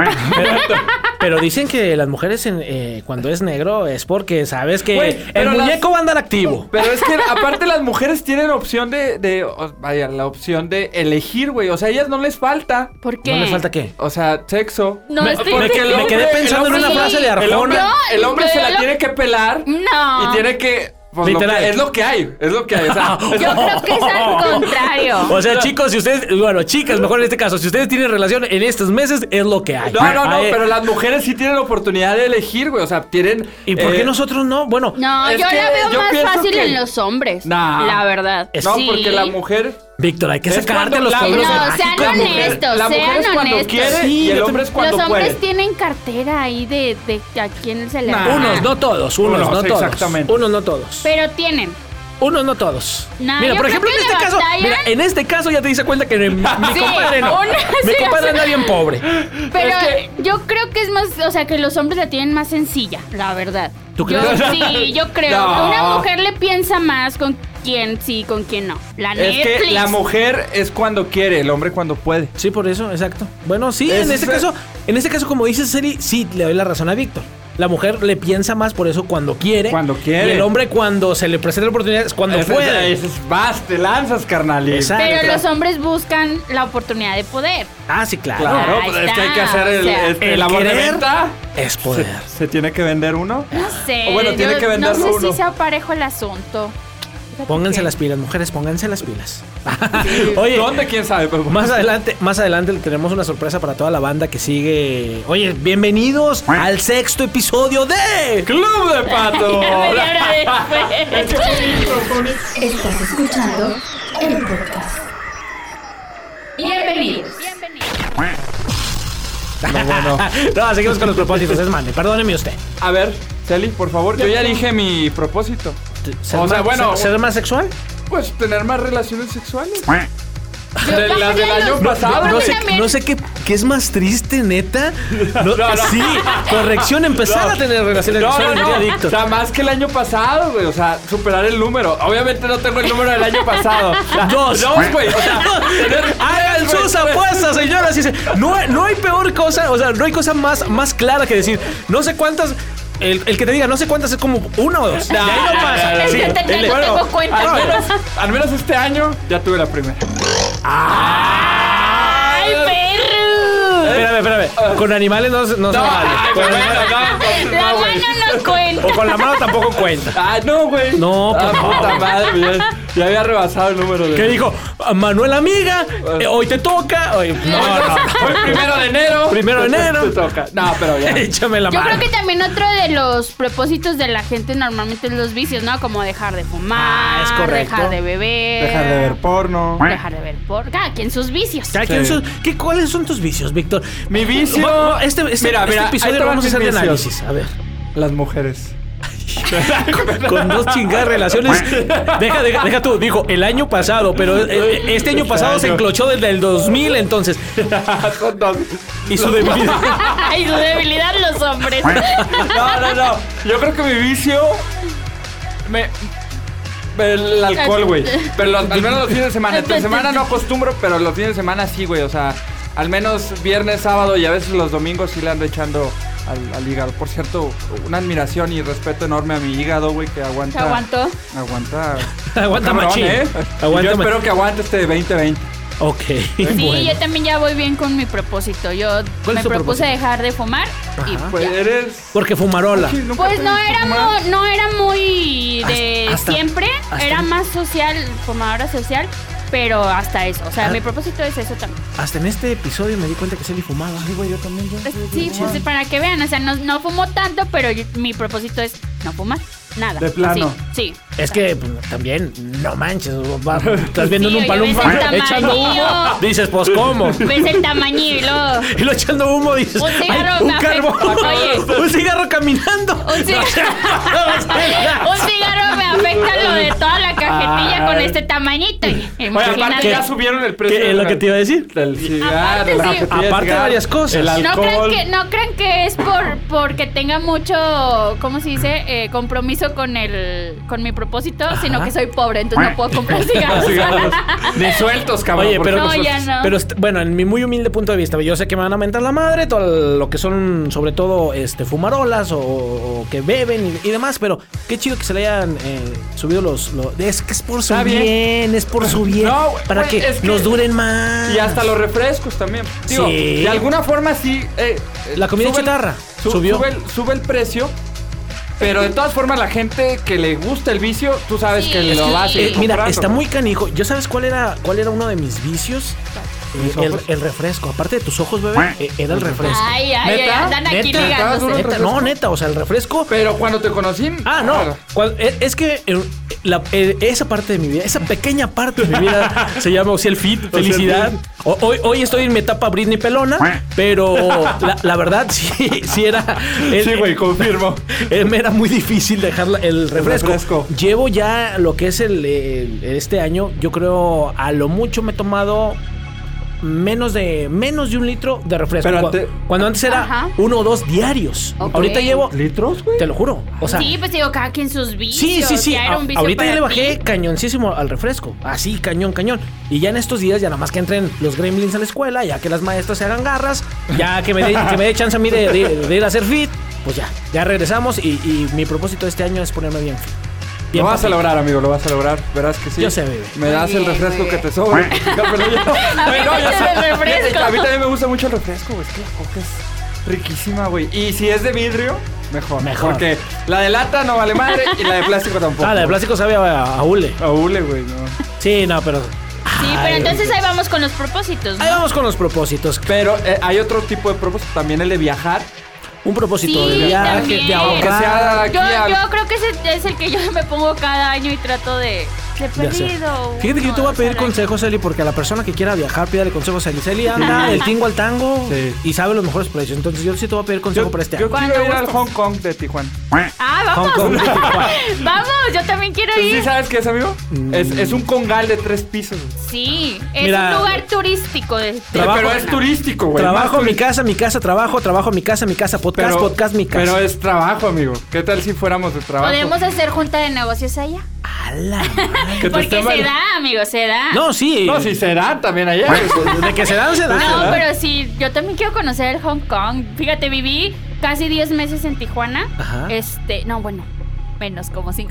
[SPEAKER 3] Pero dicen que las mujeres en, eh, cuando es negro es porque sabes que
[SPEAKER 5] Güey,
[SPEAKER 3] el
[SPEAKER 5] pero las-
[SPEAKER 3] muñeco va a andar activo.
[SPEAKER 5] Pero es que aparte las mujeres tienen opción de, de o- vaya, la opción de elegir, güey. O sea, a ellas no les falta.
[SPEAKER 4] ¿Por qué?
[SPEAKER 3] ¿No les falta qué?
[SPEAKER 5] O sea, sexo.
[SPEAKER 4] No,
[SPEAKER 3] Me-
[SPEAKER 4] estoy
[SPEAKER 3] me-
[SPEAKER 5] el
[SPEAKER 3] me quedé
[SPEAKER 5] hombre-
[SPEAKER 3] pensando
[SPEAKER 5] el
[SPEAKER 3] en una
[SPEAKER 5] hombre-
[SPEAKER 3] frase de
[SPEAKER 5] El hombre,
[SPEAKER 3] Arjona.
[SPEAKER 4] No,
[SPEAKER 5] el hombre se la
[SPEAKER 4] yo-
[SPEAKER 5] tiene que pelar
[SPEAKER 4] No.
[SPEAKER 5] y tiene que. pues, lo
[SPEAKER 3] Literal.
[SPEAKER 5] que- es lo que hay. Es lo que hay. O sea,
[SPEAKER 4] Yo creo que es al contrario.
[SPEAKER 3] O sea, chicos, si ustedes, bueno, chicas, mejor en este caso, si ustedes tienen relación en estos meses, es lo que hay.
[SPEAKER 5] No, no, no,
[SPEAKER 3] Ah, eh,
[SPEAKER 5] pero las mujeres sí tienen la oportunidad de elegir, güey. O sea, tienen.
[SPEAKER 3] ¿Y por qué
[SPEAKER 5] eh,
[SPEAKER 3] nosotros no? Bueno,
[SPEAKER 4] No,
[SPEAKER 5] Es
[SPEAKER 4] yo la
[SPEAKER 5] que
[SPEAKER 4] veo
[SPEAKER 5] yo
[SPEAKER 4] más
[SPEAKER 5] pienso
[SPEAKER 4] fácil
[SPEAKER 5] que-
[SPEAKER 4] en los hombres.
[SPEAKER 5] Nah.
[SPEAKER 4] La verdad.
[SPEAKER 3] Es-
[SPEAKER 5] No,
[SPEAKER 4] Sí.
[SPEAKER 5] porque la mujer.
[SPEAKER 3] Víctor, hay que
[SPEAKER 5] es
[SPEAKER 3] sacarte
[SPEAKER 5] cuando-
[SPEAKER 3] los
[SPEAKER 5] la-
[SPEAKER 3] colores
[SPEAKER 4] No,
[SPEAKER 3] de-
[SPEAKER 4] sean
[SPEAKER 5] la mujer-
[SPEAKER 4] honestos,
[SPEAKER 5] la mujer
[SPEAKER 4] sean
[SPEAKER 5] es cuando
[SPEAKER 4] honestos.
[SPEAKER 5] quiere
[SPEAKER 3] Sí,
[SPEAKER 5] y el
[SPEAKER 3] yo
[SPEAKER 5] hombre es
[SPEAKER 4] Los
[SPEAKER 5] cuando
[SPEAKER 4] hombres
[SPEAKER 5] puede.
[SPEAKER 4] tienen cartera ahí de, de a quién se le
[SPEAKER 5] Nah.
[SPEAKER 4] va.
[SPEAKER 3] Unos, no todos, unos,
[SPEAKER 5] Unos,
[SPEAKER 3] no todos.
[SPEAKER 5] exactamente.
[SPEAKER 3] Unos, no todos.
[SPEAKER 4] Pero tienen.
[SPEAKER 3] Unos, no todos.
[SPEAKER 4] Nah,
[SPEAKER 3] mira,
[SPEAKER 4] yo
[SPEAKER 3] por
[SPEAKER 4] creo
[SPEAKER 3] ejemplo,
[SPEAKER 4] que
[SPEAKER 3] en
[SPEAKER 4] le
[SPEAKER 3] este caso,
[SPEAKER 4] batallan.
[SPEAKER 3] mira, en este caso ya te dice cuenta que mi, mi compadre no.
[SPEAKER 4] una- sí,
[SPEAKER 3] mi
[SPEAKER 4] o
[SPEAKER 3] compadre
[SPEAKER 4] sea-
[SPEAKER 3] anda bien pobre.
[SPEAKER 4] Pero
[SPEAKER 5] Es que-
[SPEAKER 4] yo creo que es más, o sea, que los hombres la tienen más sencilla, la verdad.
[SPEAKER 3] ¿Tú
[SPEAKER 4] Yo-
[SPEAKER 3] crees?
[SPEAKER 4] sí, yo creo.
[SPEAKER 5] No.
[SPEAKER 4] Una mujer le piensa más con quién sí, con quién no. La
[SPEAKER 5] Es
[SPEAKER 4] Netflix.
[SPEAKER 5] que la mujer es cuando quiere, el hombre cuando puede.
[SPEAKER 3] Sí, por eso, exacto. Bueno, sí,
[SPEAKER 5] Es-
[SPEAKER 3] en este
[SPEAKER 5] es-
[SPEAKER 3] caso, en este caso, como dice Seri, sí, le doy la razón a Víctor. La mujer le piensa más por eso cuando quiere.
[SPEAKER 5] Cuando quiere.
[SPEAKER 3] Y el hombre cuando se le presenta la oportunidad es cuando
[SPEAKER 5] Es-
[SPEAKER 3] puede.
[SPEAKER 5] es- es- vas, te lanzas, carnal. y-
[SPEAKER 3] Exacto.
[SPEAKER 4] Pero
[SPEAKER 3] claro.
[SPEAKER 4] los hombres buscan la oportunidad de poder.
[SPEAKER 3] Ah, sí, claro.
[SPEAKER 5] Claro,
[SPEAKER 4] Ahí
[SPEAKER 5] pues es que hay que
[SPEAKER 4] está,
[SPEAKER 5] hacer el,
[SPEAKER 4] o sea,
[SPEAKER 5] este,
[SPEAKER 3] El
[SPEAKER 5] el amor de
[SPEAKER 3] querer
[SPEAKER 5] venta.
[SPEAKER 3] Es poder.
[SPEAKER 5] ¿Se tiene que vender uno?
[SPEAKER 4] No sé.
[SPEAKER 5] O bueno, tiene
[SPEAKER 4] yo
[SPEAKER 5] que
[SPEAKER 4] No
[SPEAKER 5] venderlo
[SPEAKER 4] sé
[SPEAKER 5] uno.
[SPEAKER 4] si sea parejo el asunto. Fíjate
[SPEAKER 3] Pónganse
[SPEAKER 4] que-
[SPEAKER 3] las pilas, mujeres, pónganse las pilas. Oye,
[SPEAKER 5] ¿Dónde? ¿Quién sabe? Pues, Pero-
[SPEAKER 3] Más adelante, más adelante tenemos una sorpresa para toda la banda que sigue. Oye, bienvenidos al sexto episodio de
[SPEAKER 5] ¡Club de Pato!
[SPEAKER 4] Media hora después.
[SPEAKER 6] Estás escuchando el podcast.
[SPEAKER 4] Bienvenidos.
[SPEAKER 5] No, bueno.
[SPEAKER 3] No, seguimos con los propósitos, es mande. Perdóneme usted.
[SPEAKER 5] A ver, Celi, por favor, yo ya dije mi propósito.
[SPEAKER 3] ¿Ser,
[SPEAKER 5] O sea,
[SPEAKER 3] más,
[SPEAKER 5] bueno,
[SPEAKER 3] ser- ser más sexual?
[SPEAKER 5] Pues tener más relaciones sexuales.
[SPEAKER 4] Yo
[SPEAKER 5] De- las del
[SPEAKER 4] también
[SPEAKER 5] año
[SPEAKER 4] los-
[SPEAKER 5] pasado.
[SPEAKER 4] yo
[SPEAKER 3] No
[SPEAKER 4] creo
[SPEAKER 3] sé,
[SPEAKER 4] que también-
[SPEAKER 3] no sé qué, qué es más triste, neta. No, Sí, corrección, empezar a tener relaciones
[SPEAKER 5] No, no,
[SPEAKER 3] sexuales. diría
[SPEAKER 5] no. O
[SPEAKER 3] Víctor.
[SPEAKER 5] sea, más que el año pasado, güey. O sea, superar el número. Obviamente no tengo el número del año pasado. O sea,
[SPEAKER 3] Dos.
[SPEAKER 5] Dos, güey. O sea, tener-
[SPEAKER 3] pues, Hagan pues.
[SPEAKER 5] güey.
[SPEAKER 3] sus apuestas, señoras. y se- No, no hay peor cosa, o sea, no hay cosa más, más clara que decir, no sé cuántas. El, el que te diga no sé cuántas es como una o dos. De ahí no pasa.
[SPEAKER 4] no, no,
[SPEAKER 3] Sí.
[SPEAKER 4] no, no, no.
[SPEAKER 5] el-
[SPEAKER 4] Ya no tengo cuenta.
[SPEAKER 5] Al menos, al menos este año ya tuve la primera.
[SPEAKER 4] ¡Ay, perro!
[SPEAKER 3] Espérame, espérame. Con animales no, se- no se
[SPEAKER 5] Pues No,
[SPEAKER 3] vale.
[SPEAKER 5] ay,
[SPEAKER 3] Con-
[SPEAKER 5] güey, no,
[SPEAKER 4] La
[SPEAKER 5] no,
[SPEAKER 4] mano
[SPEAKER 5] güey.
[SPEAKER 4] no cuenta.
[SPEAKER 3] o con la mano tampoco cuenta.
[SPEAKER 5] Ah, no, güey.
[SPEAKER 3] No,
[SPEAKER 5] Ah,
[SPEAKER 3] pues no.
[SPEAKER 5] puta madre, ya, ya había rebasado el número de.
[SPEAKER 3] Que dijo, Manuel amiga, eh, hoy te toca. Hoy, no, no.
[SPEAKER 5] Fue el primero de enero.
[SPEAKER 3] Primero de enero.
[SPEAKER 5] Te toca. No, pero ya.
[SPEAKER 3] Échame la
[SPEAKER 4] Yo
[SPEAKER 3] mano.
[SPEAKER 4] creo que también otro de los propósitos de la gente normalmente es los vicios, ¿no? Como dejar de fumar,
[SPEAKER 3] Ah, es correcto.
[SPEAKER 4] dejar de beber,
[SPEAKER 5] Dejar de ver porno.
[SPEAKER 4] dejar de ver por cada quien sus vicios.
[SPEAKER 3] Cada quien
[SPEAKER 5] Sí.
[SPEAKER 3] sus- ¿qué- ¿Cuáles son tus vicios, Víctor?
[SPEAKER 5] Mi vicio-
[SPEAKER 3] Va- va- este este-
[SPEAKER 5] Mira,
[SPEAKER 3] este
[SPEAKER 5] mira, ahí
[SPEAKER 3] episodio
[SPEAKER 5] te
[SPEAKER 3] lo
[SPEAKER 5] van
[SPEAKER 3] vamos a
[SPEAKER 5] mis
[SPEAKER 3] hacer de
[SPEAKER 5] vicios.
[SPEAKER 3] análisis. A ver.
[SPEAKER 5] Las mujeres.
[SPEAKER 3] Con dos chingadas relaciones. Deja, deja, deja tú. Dijo el año pasado, pero eh, este año pasado se enclochó desde el 2000, entonces.
[SPEAKER 5] Son dos.
[SPEAKER 3] Y su debilidad.
[SPEAKER 4] Ay, su debilidad los hombres.
[SPEAKER 5] No, no, no. Yo creo que mi vicio. Me. El alcohol, güey. Pero los- al menos los fines de semana. Entre semana no acostumbro, pero los fines de semana sí, güey. O sea, al menos viernes, sábado y a veces los domingos sí le ando echando al, al hígado. Por cierto, una admiración y respeto enorme a mi hígado, güey, que
[SPEAKER 4] Se
[SPEAKER 5] aguanta.
[SPEAKER 4] aguantó.
[SPEAKER 5] Aguanta.
[SPEAKER 3] Aguanta
[SPEAKER 5] cabrón,
[SPEAKER 3] machín.
[SPEAKER 5] ¿eh?
[SPEAKER 3] Aguanta
[SPEAKER 5] Yo espero
[SPEAKER 3] machín.
[SPEAKER 5] que aguante este 2020.
[SPEAKER 3] Ok.
[SPEAKER 4] Sí,
[SPEAKER 3] bueno.
[SPEAKER 4] yo también ya voy bien con mi propósito. Yo
[SPEAKER 3] ¿Cuál
[SPEAKER 4] me
[SPEAKER 3] es tu
[SPEAKER 4] propuse
[SPEAKER 3] propósito?
[SPEAKER 4] dejar de fumar y
[SPEAKER 3] Ah,
[SPEAKER 5] Pues
[SPEAKER 4] ya.
[SPEAKER 5] eres.
[SPEAKER 3] Porque fumarola.
[SPEAKER 5] Sí, nunca
[SPEAKER 4] Pues
[SPEAKER 5] te
[SPEAKER 4] no
[SPEAKER 5] diste
[SPEAKER 4] era,
[SPEAKER 5] fumar.
[SPEAKER 4] mu- no era muy de
[SPEAKER 3] Hasta- hasta-
[SPEAKER 4] siempre,
[SPEAKER 3] hasta-
[SPEAKER 4] era más social, fumadora social. pero hasta eso. O
[SPEAKER 3] Ah.
[SPEAKER 4] sea, mi propósito es eso también.
[SPEAKER 3] Hasta en este episodio me di cuenta que Celi fumaba.
[SPEAKER 2] Sí, güey, yo también. Yo, yo-
[SPEAKER 4] Sí,
[SPEAKER 2] yo-
[SPEAKER 4] pues sí, para que vean, o sea, no, no fumo tanto, pero yo- mi propósito es no fumar nada.
[SPEAKER 5] De plano.
[SPEAKER 4] Sí. sí.
[SPEAKER 3] Es que pues, también, no manches, va- estás viendo
[SPEAKER 4] Sí,
[SPEAKER 3] un
[SPEAKER 4] oye, ves
[SPEAKER 3] palumpa
[SPEAKER 4] el
[SPEAKER 3] echando humo.
[SPEAKER 4] tamaño.
[SPEAKER 3] Dices, pues, ¿cómo?
[SPEAKER 4] Ves el tamaño y luego.
[SPEAKER 3] Y lo echando humo, dices,
[SPEAKER 4] Un cigarro
[SPEAKER 3] "Ay, un
[SPEAKER 4] café".
[SPEAKER 3] carbón,
[SPEAKER 4] Oye.
[SPEAKER 3] un cigarro caminando.
[SPEAKER 4] Un cigarro.
[SPEAKER 3] No seas mamada, Cela.
[SPEAKER 4] Un cigarro me afecta lo de toda la cajetilla
[SPEAKER 3] Ah.
[SPEAKER 4] con este tamañito. y-
[SPEAKER 5] Oye, aparte
[SPEAKER 4] Imagínate.
[SPEAKER 5] ya subieron el precio.
[SPEAKER 3] ¿Qué es lo que te iba a decir?
[SPEAKER 5] del cigarro,
[SPEAKER 4] Aparte,
[SPEAKER 5] la
[SPEAKER 4] sí.
[SPEAKER 5] cajetilla
[SPEAKER 3] Aparte de
[SPEAKER 5] cigarro,
[SPEAKER 3] varias cosas.
[SPEAKER 5] El
[SPEAKER 4] No crean,
[SPEAKER 5] alcohol.
[SPEAKER 4] que, no crean que es por porque tenga mucho, ¿cómo se dice? Eh, compromiso con el con mi propósito, sino que soy pobre, entonces no puedo comprar cigarros.
[SPEAKER 5] Cigarros. Ni sueltos, cabrón.
[SPEAKER 3] Oye,
[SPEAKER 5] porque
[SPEAKER 3] pero,
[SPEAKER 4] no
[SPEAKER 5] sueltos.
[SPEAKER 4] ya no.
[SPEAKER 3] pero est- bueno, en mi muy humilde punto de vista, yo sé que me van a mentar la madre, todo lo que son sobre todo este fumarolas o, o que beben y, y demás, pero qué chido que se le hayan eh, subido los, lo- es que es por su
[SPEAKER 5] Está
[SPEAKER 3] bien.
[SPEAKER 5] bien.
[SPEAKER 3] es por su bien,
[SPEAKER 5] No,
[SPEAKER 3] para
[SPEAKER 5] güey,
[SPEAKER 3] que,
[SPEAKER 5] es que-
[SPEAKER 3] nos duren más.
[SPEAKER 5] Y hasta los refrescos también. Digo,
[SPEAKER 3] Sí.
[SPEAKER 5] de alguna forma sí. eh, eh,
[SPEAKER 3] La comida
[SPEAKER 5] sube el-
[SPEAKER 3] chatarra
[SPEAKER 5] su-
[SPEAKER 3] subió.
[SPEAKER 5] Sube el, sube el precio. Pero de todas formas, la gente que le gusta el vicio, tú sabes
[SPEAKER 4] Sí.
[SPEAKER 5] que
[SPEAKER 4] Es
[SPEAKER 5] lo
[SPEAKER 4] que-
[SPEAKER 5] va a seguir
[SPEAKER 3] Eh, mira,
[SPEAKER 5] comprando.
[SPEAKER 3] está muy canijo. ¿Yo sabes cuál era cuál era uno de mis vicios? Eh,
[SPEAKER 5] ¿Mis
[SPEAKER 3] el,
[SPEAKER 5] ojos?
[SPEAKER 3] el refresco. Aparte de tus ojos, bebé, eh, era el refresco.
[SPEAKER 4] Ay, ay, ay,
[SPEAKER 5] ¿Neta?
[SPEAKER 4] andan aquí
[SPEAKER 3] ¿Neta?
[SPEAKER 4] ligándose.
[SPEAKER 3] Neta, no, neta, o sea, el refresco.
[SPEAKER 5] Pero cuando te conocí.
[SPEAKER 3] Ah, no. Cual- e- es que eh, la- eh, esa parte de mi vida, esa pequeña parte de mi vida se llama Ociel Fit, felicidad. O- hoy, hoy estoy en mi etapa Britney Pelona, pero la, la verdad sí, sí era.
[SPEAKER 5] Sí, güey, confirmo.
[SPEAKER 3] eh, me era muy difícil dejar la- el refresco.
[SPEAKER 5] refresco.
[SPEAKER 3] Llevo ya lo que es el, el- este año, yo creo a lo mucho me he tomado menos de menos de un litro de refresco.
[SPEAKER 5] Pero
[SPEAKER 3] Cu-
[SPEAKER 5] ante-
[SPEAKER 3] cuando antes era
[SPEAKER 4] Ajá.
[SPEAKER 3] uno o dos diarios.
[SPEAKER 4] Ok.
[SPEAKER 3] Ahorita llevo,
[SPEAKER 5] ¿Litros, güey?
[SPEAKER 3] te lo juro. O sea,
[SPEAKER 4] Sí, pues digo, cada quien sus vicios.
[SPEAKER 3] Sí, sí, sí.
[SPEAKER 4] ya era
[SPEAKER 3] A-
[SPEAKER 4] un vicio
[SPEAKER 3] ahorita ya
[SPEAKER 4] para
[SPEAKER 3] le bajé
[SPEAKER 4] ti.
[SPEAKER 3] cañoncísimo al refresco. Así, cañón, cañón. Y ya en estos días, ya nada más que entren los gremlins a la escuela, ya que las maestras se hagan garras, ya que me dé que me dé chance a mí de, de- de ir a hacer fit, pues ya, ya regresamos. Y, y mi propósito este año es ponerme bien fit.
[SPEAKER 5] Lo
[SPEAKER 3] Bien
[SPEAKER 5] vas a
[SPEAKER 3] papito.
[SPEAKER 5] lograr, amigo, lo vas a lograr. Verás que sí.
[SPEAKER 3] Yo sé, bebé.
[SPEAKER 5] Me das el refresco que te sobra. No, pero yo-
[SPEAKER 4] mí
[SPEAKER 5] no,
[SPEAKER 4] me
[SPEAKER 5] yo
[SPEAKER 4] gusta
[SPEAKER 5] sé.
[SPEAKER 4] el refresco.
[SPEAKER 5] A mí también me gusta mucho el refresco, güey. Es que la coca es riquísima, güey. Y si es de vidrio, mejor.
[SPEAKER 3] Mejor.
[SPEAKER 5] Porque la de lata no vale madre y la de plástico tampoco.
[SPEAKER 3] Ah, la de plástico sabe a, a hule.
[SPEAKER 5] A hule, güey, no.
[SPEAKER 3] Sí, no, pero.
[SPEAKER 4] Sí,
[SPEAKER 3] Ay,
[SPEAKER 4] pero entonces
[SPEAKER 3] Dios.
[SPEAKER 4] ahí vamos con los propósitos. ¿no?
[SPEAKER 3] Ahí vamos con los propósitos.
[SPEAKER 5] Pero eh, hay otro tipo de propósito, también el de viajar.
[SPEAKER 3] Un propósito
[SPEAKER 4] Sí,
[SPEAKER 3] de viaje,
[SPEAKER 4] también.
[SPEAKER 3] de
[SPEAKER 5] Que
[SPEAKER 3] ahorrar.
[SPEAKER 5] sea aquí
[SPEAKER 4] Yo,
[SPEAKER 5] al-
[SPEAKER 4] yo creo que ese es el que yo me pongo cada año y trato de. De
[SPEAKER 3] Ya sé.
[SPEAKER 4] perdido.
[SPEAKER 3] Fíjate que yo te voy a
[SPEAKER 4] uno,
[SPEAKER 3] pedir
[SPEAKER 4] o sea,
[SPEAKER 3] consejos, Eli, porque a la persona que quiera viajar, pídale consejos a Eli. Eli anda del tingo al tango
[SPEAKER 5] Sí.
[SPEAKER 3] y sabe los mejores precios. Entonces yo sí te voy a pedir consejo
[SPEAKER 5] Yo,
[SPEAKER 3] para este
[SPEAKER 5] yo
[SPEAKER 3] año.
[SPEAKER 4] Cuando
[SPEAKER 5] quiero ir al
[SPEAKER 4] gustes.
[SPEAKER 5] Hong Kong de Tijuana.
[SPEAKER 4] Ah,
[SPEAKER 3] Hong Kong.
[SPEAKER 4] vamos. vamos, yo también quiero
[SPEAKER 5] ¿Sí
[SPEAKER 4] ir.
[SPEAKER 5] sabes qué es, amigo? Es, es un congal de tres pisos. güey.
[SPEAKER 4] Sí, es
[SPEAKER 3] Mira.
[SPEAKER 4] un lugar turístico. De, de
[SPEAKER 3] Trabajo-
[SPEAKER 5] pero es turístico, güey.
[SPEAKER 3] trabajo,
[SPEAKER 5] Más
[SPEAKER 3] mi
[SPEAKER 5] turístico.
[SPEAKER 3] casa, mi casa, trabajo, trabajo, mi casa, mi casa, podcast, podcast, mi casa.
[SPEAKER 5] Pero es trabajo, amigo. ¿Qué tal si fuéramos de trabajo?
[SPEAKER 4] Podemos hacer junta de negocios allá.
[SPEAKER 3] A la madre.
[SPEAKER 5] Que te
[SPEAKER 4] Porque
[SPEAKER 5] estén
[SPEAKER 4] se
[SPEAKER 5] mal-
[SPEAKER 4] da, amigo, se da.
[SPEAKER 3] No, sí.
[SPEAKER 5] No, si se dan también allá.
[SPEAKER 3] De que se dan, se dan.
[SPEAKER 4] No, pero sí, yo también quiero conocer el Hong Kong. Fíjate, viví casi 10 meses en Tijuana.
[SPEAKER 3] Ajá.
[SPEAKER 4] Este, no, bueno, menos como 5.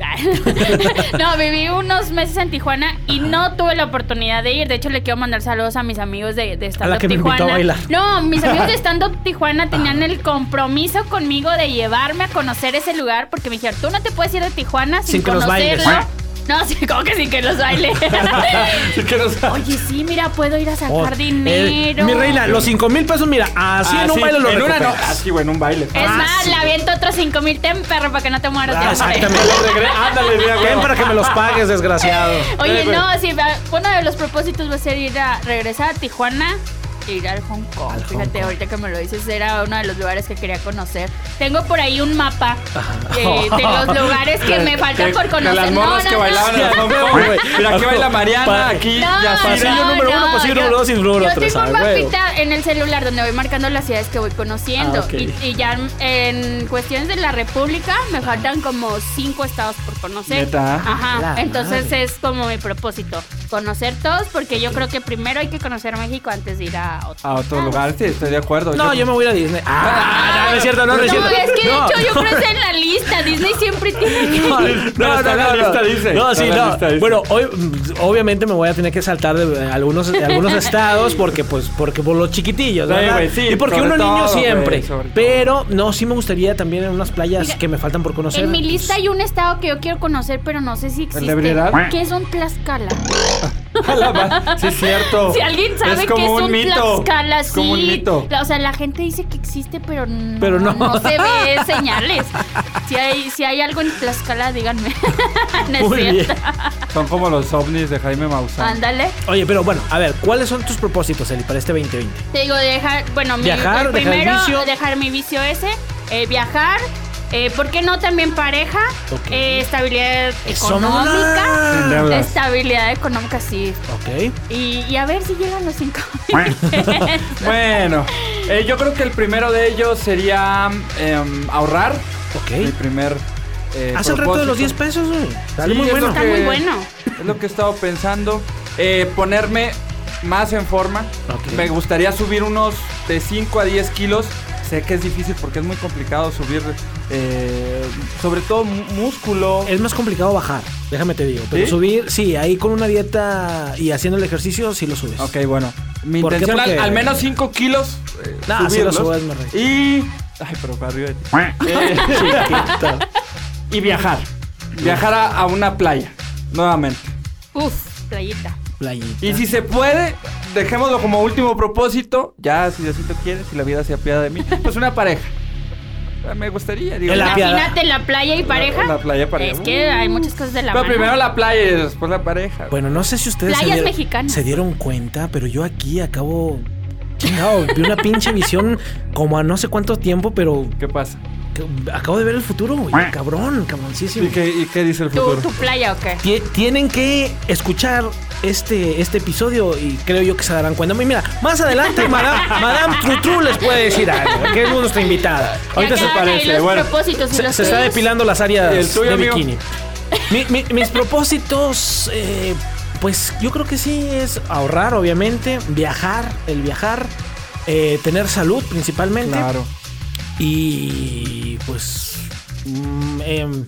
[SPEAKER 4] no, viví unos meses en Tijuana y no tuve la oportunidad de ir. De hecho, le quiero mandar saludos a mis amigos de, de Stand
[SPEAKER 3] la
[SPEAKER 4] Up
[SPEAKER 3] que me invitó a
[SPEAKER 4] Tijuana.
[SPEAKER 3] bailar. Ah.
[SPEAKER 4] No, mis amigos de Stand Up Tijuana tenían el compromiso conmigo de llevarme a conocer ese lugar porque me dijeron, tú no te puedes ir de Tijuana sin,
[SPEAKER 3] Sin que los bailes".
[SPEAKER 4] conocerlo. No, sí, como que sin que los baile.
[SPEAKER 5] Así que nos-
[SPEAKER 4] Oye, sí, mira, puedo ir a
[SPEAKER 3] Oh,
[SPEAKER 4] sacar
[SPEAKER 3] eh,
[SPEAKER 4] dinero.
[SPEAKER 3] mi reina, los 5 mil pesos, mira, así en un
[SPEAKER 5] Así,
[SPEAKER 3] baile lo
[SPEAKER 5] en una no.
[SPEAKER 3] recuperas.
[SPEAKER 5] Así, güey, en un baile.
[SPEAKER 4] Es
[SPEAKER 3] Ah,
[SPEAKER 4] más,
[SPEAKER 3] sí.
[SPEAKER 4] le aviento otros 5 mil ten, perro, para que no te mueras de
[SPEAKER 3] Ah,
[SPEAKER 4] hambre.
[SPEAKER 3] exactamente.
[SPEAKER 5] Regre- Ándale, mira, güey.
[SPEAKER 3] Ven para que me los pagues, desgraciado.
[SPEAKER 4] Oye,
[SPEAKER 5] Eh, güey.
[SPEAKER 3] pues.
[SPEAKER 4] no, sí, va- uno de los propósitos va a ser ir a regresar a Tijuana e ir al Hong Kong.
[SPEAKER 3] Al
[SPEAKER 4] Fíjate,
[SPEAKER 3] Hong Kong.
[SPEAKER 4] ahorita que me lo dices, era uno de los lugares que quería conocer. Tengo por ahí un mapa eh, de los lugares que me faltan
[SPEAKER 5] Que-
[SPEAKER 4] por
[SPEAKER 5] que
[SPEAKER 4] conocer.
[SPEAKER 5] las
[SPEAKER 4] No,
[SPEAKER 5] morras
[SPEAKER 4] no,
[SPEAKER 5] que
[SPEAKER 4] no.
[SPEAKER 5] bailaban en el Hong Kong, güey. Mira, aquí baila
[SPEAKER 3] Pa-
[SPEAKER 5] Mariana, aquí
[SPEAKER 4] No,
[SPEAKER 5] Yacira.
[SPEAKER 3] Pasillo
[SPEAKER 4] no,
[SPEAKER 3] número uno, pues
[SPEAKER 4] no,
[SPEAKER 3] pasillo
[SPEAKER 4] yo-
[SPEAKER 3] número dos y número
[SPEAKER 4] yo
[SPEAKER 3] tres,
[SPEAKER 4] tengo
[SPEAKER 3] ah,
[SPEAKER 4] un
[SPEAKER 3] huevo.
[SPEAKER 4] mapita en el celular donde voy marcando las ciudades que voy conociendo.
[SPEAKER 3] Ah, ok.
[SPEAKER 4] y, y ya en cuestiones de la República me faltan como cinco estados por conocer.
[SPEAKER 5] ¿Neta?
[SPEAKER 4] Ajá.
[SPEAKER 3] La
[SPEAKER 4] Entonces
[SPEAKER 3] madre.
[SPEAKER 4] es como mi propósito. Conocer todos porque yo creo que primero hay que conocer México antes de ir a otro.
[SPEAKER 5] A otro lugar, sí, estoy de acuerdo.
[SPEAKER 3] No, yo me voy a ir a Disney. Ah, no, no es cierto, no, no es cierto.
[SPEAKER 4] No, es que de
[SPEAKER 3] No.
[SPEAKER 4] hecho yo creo que está en la lista. Disney siempre tiene que...
[SPEAKER 3] No, no,
[SPEAKER 5] Pero está en
[SPEAKER 3] no,
[SPEAKER 5] la
[SPEAKER 3] no,
[SPEAKER 5] lista,
[SPEAKER 3] no.
[SPEAKER 5] dice.
[SPEAKER 3] No,
[SPEAKER 5] Está
[SPEAKER 3] sí,
[SPEAKER 5] en la
[SPEAKER 3] no.
[SPEAKER 5] lista, dice.
[SPEAKER 3] Bueno, hoy mm, obviamente me voy a tener que saltar de eh, algunos, de algunos estados porque pues porque por los chiquitillos,
[SPEAKER 5] Sí,
[SPEAKER 3] ¿verdad?
[SPEAKER 5] güey, sí,
[SPEAKER 3] y porque
[SPEAKER 5] sobre
[SPEAKER 3] uno niño
[SPEAKER 5] todo, güey,
[SPEAKER 3] siempre.
[SPEAKER 5] sobre
[SPEAKER 3] pero no, sí me gustaría también en unas playas
[SPEAKER 4] Mira,
[SPEAKER 3] que me faltan por conocer.
[SPEAKER 4] En mi
[SPEAKER 3] pues,
[SPEAKER 4] lista hay un estado que yo quiero conocer, pero no sé si existe.
[SPEAKER 5] Briedad?
[SPEAKER 4] Que es un Tlaxcala.
[SPEAKER 5] A la ma- sí, es cierto.
[SPEAKER 4] Si alguien sabe
[SPEAKER 5] es como
[SPEAKER 4] que es un,
[SPEAKER 5] un mito.
[SPEAKER 4] Tlaxcala,
[SPEAKER 5] Es como un
[SPEAKER 4] sí.
[SPEAKER 5] mito.
[SPEAKER 4] O sea, la gente dice que existe, pero no,
[SPEAKER 3] Pero no.
[SPEAKER 4] se ve señales. Si hay, si hay algo en Tlaxcala, díganme. no es
[SPEAKER 3] Muy
[SPEAKER 4] cierto.
[SPEAKER 3] bien.
[SPEAKER 5] Son como los ovnis de Jaime Maussan.
[SPEAKER 4] Ándale.
[SPEAKER 3] Oye, pero bueno, a ver, ¿cuáles son tus propósitos, Eli, para este 2020?
[SPEAKER 4] Te digo, dejar, bueno, mi,
[SPEAKER 3] Viajar,
[SPEAKER 4] el
[SPEAKER 3] dejar el
[SPEAKER 4] primero,
[SPEAKER 3] vicio.
[SPEAKER 4] dejar mi vicio ese, eh, viajar, eh, ¿por qué no también pareja?
[SPEAKER 3] Ok.
[SPEAKER 4] Eh, estabilidad
[SPEAKER 3] Eso,
[SPEAKER 4] económica.
[SPEAKER 5] Sin
[SPEAKER 3] mamá.
[SPEAKER 5] deudas.
[SPEAKER 4] Estabilidad económica, sí.
[SPEAKER 3] Ok.
[SPEAKER 4] Y, y a ver si llegan los cinco mil.
[SPEAKER 5] Bueno, eh, yo creo que el primero de ellos sería em, ahorrar. Mi
[SPEAKER 3] Ok.
[SPEAKER 5] primer. eh,
[SPEAKER 3] Haz el reto de los
[SPEAKER 5] propósito.
[SPEAKER 3] 10 pesos, güey. Dale
[SPEAKER 5] Sí,
[SPEAKER 3] muy
[SPEAKER 5] es
[SPEAKER 3] bueno.
[SPEAKER 5] lo
[SPEAKER 4] Está muy bueno.
[SPEAKER 5] Es lo que he estado pensando. Eh, ponerme más en forma.
[SPEAKER 3] Ok.
[SPEAKER 5] Me gustaría subir unos de 5 a 10 kilos. Sé que es difícil porque es muy complicado subir, eh, sobre todo mu- músculo.
[SPEAKER 3] Es más complicado bajar, déjame te digo. Pero
[SPEAKER 5] ¿Sí?
[SPEAKER 3] subir, sí, ahí con una dieta y haciendo el ejercicio, sí lo subes.
[SPEAKER 5] Ok, bueno. Mi
[SPEAKER 3] ¿Por qué?
[SPEAKER 5] intención al,
[SPEAKER 3] Porque-
[SPEAKER 5] al menos 5 kilos. eh,
[SPEAKER 3] Nah, sí lo
[SPEAKER 5] subirlos.
[SPEAKER 3] subes, mi rey.
[SPEAKER 5] Y. Ay, pero para arriba de ti. Eh, y viajar. Viajar a, a una playa. Nuevamente.
[SPEAKER 4] Uf, playita.
[SPEAKER 3] Playita.
[SPEAKER 5] Y si se puede, dejémoslo como último propósito. Ya, si Diosito quiere, si la vida se apiada de mí, pues una pareja. Ah, Me gustaría, digo.
[SPEAKER 3] El
[SPEAKER 5] ya.
[SPEAKER 3] api- piada.
[SPEAKER 4] Imagínate la playa y pareja.
[SPEAKER 5] la playa, pareja.
[SPEAKER 4] Es que hay muchas cosas de la
[SPEAKER 5] Pero
[SPEAKER 4] mano.
[SPEAKER 5] primero la playa y después la pareja.
[SPEAKER 3] Bueno, no sé si ustedes se
[SPEAKER 4] Playas
[SPEAKER 3] dieron,
[SPEAKER 4] mexicanas.
[SPEAKER 3] se dieron cuenta, pero yo aquí acabo. Chingado, vi una pinche visión como a no sé cuánto tiempo, pero
[SPEAKER 5] ¿Qué pasa?
[SPEAKER 3] que- acabo de ver el futuro, güey. Cabrón, cabroncísimo.
[SPEAKER 5] ¿Y qué, y qué dice el
[SPEAKER 4] ¿Tu,
[SPEAKER 5] futuro?
[SPEAKER 4] tu playa o qué?
[SPEAKER 3] Tie- Tienen que escuchar este, este episodio y creo yo que se darán cuenta. Mira, más adelante Madame, Madame Trutru les puede decir algo, que es nuestra invitada.
[SPEAKER 5] Ahorita
[SPEAKER 4] Ya
[SPEAKER 5] se
[SPEAKER 4] quedan ahí
[SPEAKER 5] parece,
[SPEAKER 4] Los
[SPEAKER 5] bueno.
[SPEAKER 4] propósitos y
[SPEAKER 3] Se,
[SPEAKER 4] los
[SPEAKER 3] se está
[SPEAKER 4] tuyos.
[SPEAKER 3] depilando las áreas
[SPEAKER 5] ¿Y el tuyo,
[SPEAKER 3] de
[SPEAKER 5] amigo?
[SPEAKER 3] bikini. Mi- mi- mis propósitos, eh, pues yo creo que sí es ahorrar, obviamente, viajar, el viajar, eh, tener salud principalmente
[SPEAKER 5] Claro.
[SPEAKER 3] y pues mm, em,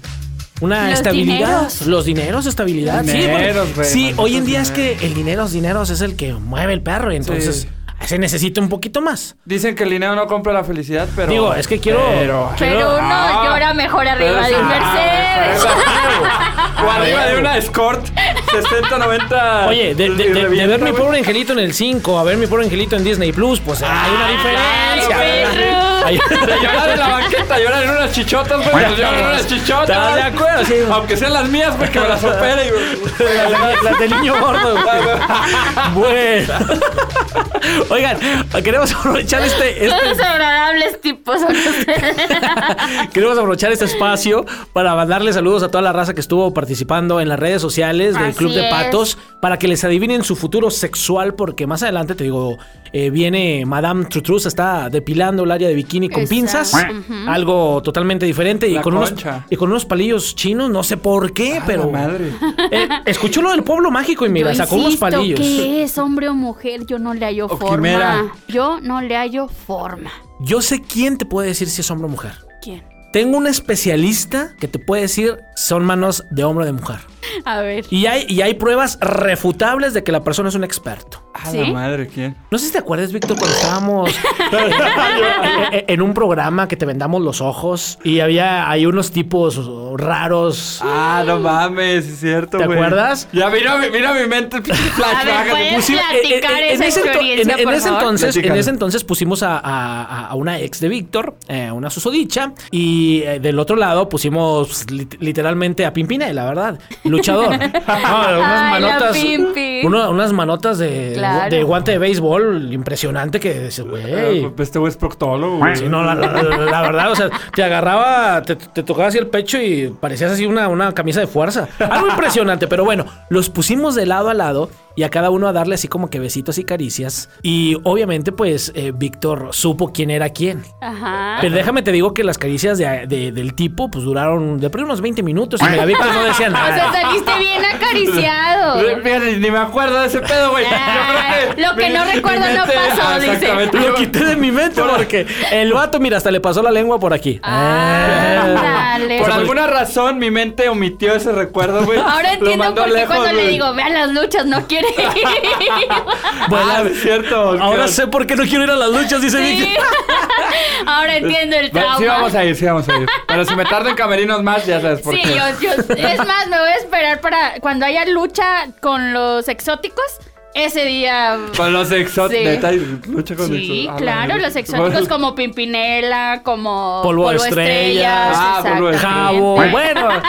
[SPEAKER 3] una
[SPEAKER 4] Los
[SPEAKER 3] estabilidad,
[SPEAKER 4] dineros.
[SPEAKER 3] los dineros, estabilidad. Sí, bueno,
[SPEAKER 5] Dineros, güey,
[SPEAKER 3] sí, hoy en
[SPEAKER 5] malditos
[SPEAKER 3] día es
[SPEAKER 5] dineros.
[SPEAKER 3] que el dinero, los dineros es el que mueve el perro y entonces se necesita un poquito más.
[SPEAKER 5] Dicen que el dinero no compra la felicidad, pero.
[SPEAKER 3] Digo, es que quiero-
[SPEAKER 5] Pero.
[SPEAKER 4] Pero uno
[SPEAKER 5] Ah,
[SPEAKER 4] llora mejor
[SPEAKER 5] pero
[SPEAKER 4] arriba de un
[SPEAKER 5] ah,
[SPEAKER 4] Mercedes.
[SPEAKER 5] pero- O arriba de una Escort 60, 90.
[SPEAKER 3] Oye, de, de- de-
[SPEAKER 5] y
[SPEAKER 3] de
[SPEAKER 5] revienta,
[SPEAKER 3] ver mi
[SPEAKER 5] güey.
[SPEAKER 3] pobre angelito en el 5 a ver mi pobre angelito en Disney Plus, pues
[SPEAKER 4] Ah,
[SPEAKER 3] hay una diferencia.
[SPEAKER 4] Ay,
[SPEAKER 5] De
[SPEAKER 3] Hay-
[SPEAKER 5] llorar en la banqueta, llorar en unas chichotas, güey. Pues llorar en unas chichotas.
[SPEAKER 3] ¿Estás de acuerdo? Sí.
[SPEAKER 5] Aunque sean las mías, güey, que me las opere. güey.
[SPEAKER 3] La- la- Las del niño gordo. Bueno. Oigan, queremos aprovechar este,
[SPEAKER 4] Son
[SPEAKER 3] este-
[SPEAKER 4] desagradables tipos. son ustedes.
[SPEAKER 3] queremos aprovechar este espacio para mandarle saludos a toda la raza que estuvo participando en las redes sociales del
[SPEAKER 4] Así
[SPEAKER 3] Club de
[SPEAKER 4] es.
[SPEAKER 3] Patos para que les adivinen su futuro sexual porque más adelante te digo eh, viene Madame Trutru se está depilando el área de bikini con
[SPEAKER 4] Exacto.
[SPEAKER 3] pinzas,
[SPEAKER 4] Ujú.
[SPEAKER 3] algo totalmente diferente y
[SPEAKER 5] La
[SPEAKER 3] con unos
[SPEAKER 5] concha. Ah,
[SPEAKER 3] y con unos palillos chinos, no sé por qué, pero
[SPEAKER 5] la madre.
[SPEAKER 3] Eh, escuchó lo del pueblo mágico y mira,
[SPEAKER 4] Yo
[SPEAKER 3] sacó unos
[SPEAKER 4] insisto,
[SPEAKER 3] palillos.
[SPEAKER 4] ¿Qué es hombre o mujer? Yo no le hallo
[SPEAKER 5] O
[SPEAKER 4] forma.
[SPEAKER 5] quimera.
[SPEAKER 4] Yo no le hallo forma.
[SPEAKER 3] Yo sé quién te puede decir si es hombre o mujer.
[SPEAKER 4] ¿Quién?
[SPEAKER 3] Tengo un especialista que te puede decir son manos de hombre o de mujer.
[SPEAKER 4] A ver.
[SPEAKER 3] Y hay, y hay pruebas refutables de que la persona es un experto.
[SPEAKER 5] A
[SPEAKER 4] ¿Sí?
[SPEAKER 5] la madre, ¿quién?
[SPEAKER 3] No sé si te acuerdas, Víctor, cuando estábamos en- en un programa que te vendamos los ojos y había hay unos tipos raros.
[SPEAKER 5] Ah, no mames, es cierto,
[SPEAKER 3] ¿Te
[SPEAKER 5] güey.
[SPEAKER 3] acuerdas?
[SPEAKER 5] Ya mira, mi- mira mi mente, el pinche
[SPEAKER 4] A ver,
[SPEAKER 5] flashback.
[SPEAKER 4] pues.
[SPEAKER 3] Pusi-
[SPEAKER 4] platicar esa
[SPEAKER 3] ese ento-
[SPEAKER 4] experiencia,
[SPEAKER 3] en- en
[SPEAKER 4] por
[SPEAKER 3] ese
[SPEAKER 4] favor?
[SPEAKER 3] entonces, en
[SPEAKER 5] Platícalo.
[SPEAKER 3] ese entonces pusimos a, a- a una ex de Víctor, eh, una susodicha, y eh, del otro lado pusimos lit- literalmente a Pimpina, la verdad, luchador. Ah, unas
[SPEAKER 4] Ay, la
[SPEAKER 3] manotas,
[SPEAKER 4] Pimpi.
[SPEAKER 3] uno- unas manotas de,
[SPEAKER 4] Claro.
[SPEAKER 3] de guante de béisbol impresionante que dices, güey.
[SPEAKER 5] Eh, Este güey es proctólogo, güey.
[SPEAKER 3] Sí, no, la, la- la- la verdad, o sea, te agarraba, te, te tocaba así el pecho y parecías así una, una camisa de fuerza. Algo impresionante, pero bueno, los pusimos de lado a lado y a cada uno a darle así como que besitos y caricias. Y obviamente, pues, eh, Víctor supo quién era quién.
[SPEAKER 4] Ajá.
[SPEAKER 3] Pero déjame te digo que las caricias de- de- del tipo, pues, duraron de pronto unos 20 minutos y la Víctor no decía
[SPEAKER 4] O sea,
[SPEAKER 3] nada.
[SPEAKER 4] saliste bien acariciado.
[SPEAKER 5] Eh, Fíjate, ni me acuerdo de ese pedo, güey. Yo creo
[SPEAKER 4] Ah, Lo que no
[SPEAKER 5] mi- mi
[SPEAKER 4] recuerdo no
[SPEAKER 5] mente-
[SPEAKER 4] pasó,
[SPEAKER 5] Ah,
[SPEAKER 4] dice.
[SPEAKER 5] Exactamente.
[SPEAKER 3] Lo
[SPEAKER 5] Yo-
[SPEAKER 3] quité de mi mente porque el vato, mira, hasta le pasó la lengua por aquí.
[SPEAKER 4] Ah,
[SPEAKER 3] Eh.
[SPEAKER 4] Ándale.
[SPEAKER 5] Por alguna razón mi mente omitió ese recuerdo, güey.
[SPEAKER 4] Ahora
[SPEAKER 5] Lo
[SPEAKER 4] entiendo
[SPEAKER 5] mandó
[SPEAKER 4] por qué
[SPEAKER 5] lejos,
[SPEAKER 4] cuando le
[SPEAKER 5] güey. Ah,
[SPEAKER 4] digo, vean las luchas, no quiere ir.
[SPEAKER 3] Bueno,
[SPEAKER 5] Ah, es cierto.
[SPEAKER 3] ahora
[SPEAKER 5] Qué-
[SPEAKER 3] sé por qué no quiero ir a las luchas, dice
[SPEAKER 4] Sí.
[SPEAKER 3] Víctor.
[SPEAKER 4] Ahora entiendo el
[SPEAKER 5] Ve-
[SPEAKER 4] trauma.
[SPEAKER 5] Sí vamos a ir, sí vamos a ir. Pero si me tardo en camerinos más, ya sabes por
[SPEAKER 4] Sí,
[SPEAKER 5] qué.
[SPEAKER 4] yo, yo- es más, me voy a esperar para cuando cuando haya lucha con los exóticos, ese día.
[SPEAKER 5] Con los exóticos.
[SPEAKER 4] Sí.
[SPEAKER 5] Neta, y lucha con
[SPEAKER 4] Sí,
[SPEAKER 5] exóticos. Ah,
[SPEAKER 4] claro,
[SPEAKER 5] madre.
[SPEAKER 4] los exóticos como Pimpinela, como
[SPEAKER 3] Polvo de estrellas.
[SPEAKER 5] Ah, polvo de estrellas.
[SPEAKER 3] Jabo.
[SPEAKER 4] exactamente.
[SPEAKER 3] Este, Bueno,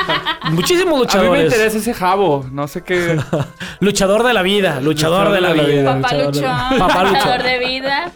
[SPEAKER 3] muchísimos
[SPEAKER 5] A mí me
[SPEAKER 3] luchadores.
[SPEAKER 5] interesa ese jabo. No sé qué.
[SPEAKER 3] Luchador de la vida, luchador de la vida.
[SPEAKER 4] Papá
[SPEAKER 3] luchador de-
[SPEAKER 4] Luchón,
[SPEAKER 3] Papá
[SPEAKER 4] luchador
[SPEAKER 3] Luchón.
[SPEAKER 4] de vida.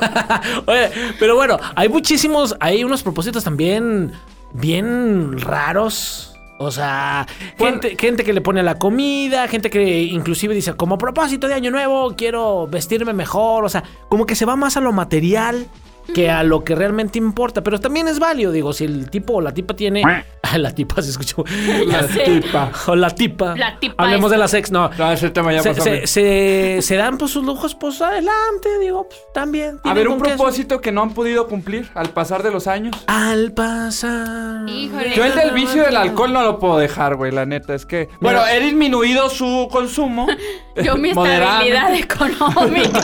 [SPEAKER 3] Oye, pero bueno, hay muchísimos, hay unos propósitos también bien raros. O sea, gente, gente que le pone a la comida, gente que inclusive dice, como propósito de año nuevo, quiero vestirme mejor. O sea, como que se va más a lo material que a lo que realmente importa. Pero también es válido, digo, si el tipo o la tipa tiene... La tipa se escuchó.
[SPEAKER 5] La
[SPEAKER 4] sé.
[SPEAKER 5] tipa.
[SPEAKER 3] O la tipa.
[SPEAKER 4] La tipa
[SPEAKER 3] Hablemos
[SPEAKER 4] es-
[SPEAKER 3] de las ex, no.
[SPEAKER 5] No, ese tema ya
[SPEAKER 3] Se,
[SPEAKER 5] pasó.
[SPEAKER 3] se, se- se dan pues sus lujos, pues adelante, digo, pues también.
[SPEAKER 5] A
[SPEAKER 3] tienen
[SPEAKER 5] ver, un
[SPEAKER 3] con queso.
[SPEAKER 5] propósito que no han podido cumplir al pasar de los años.
[SPEAKER 3] Al pasar.
[SPEAKER 4] Híjole.
[SPEAKER 5] Yo el del vicio del alcohol no lo puedo dejar, güey, la neta. Es que. Bueno, he disminuido su consumo.
[SPEAKER 4] Yo mi
[SPEAKER 5] Moderadamente.
[SPEAKER 4] estabilidad económica.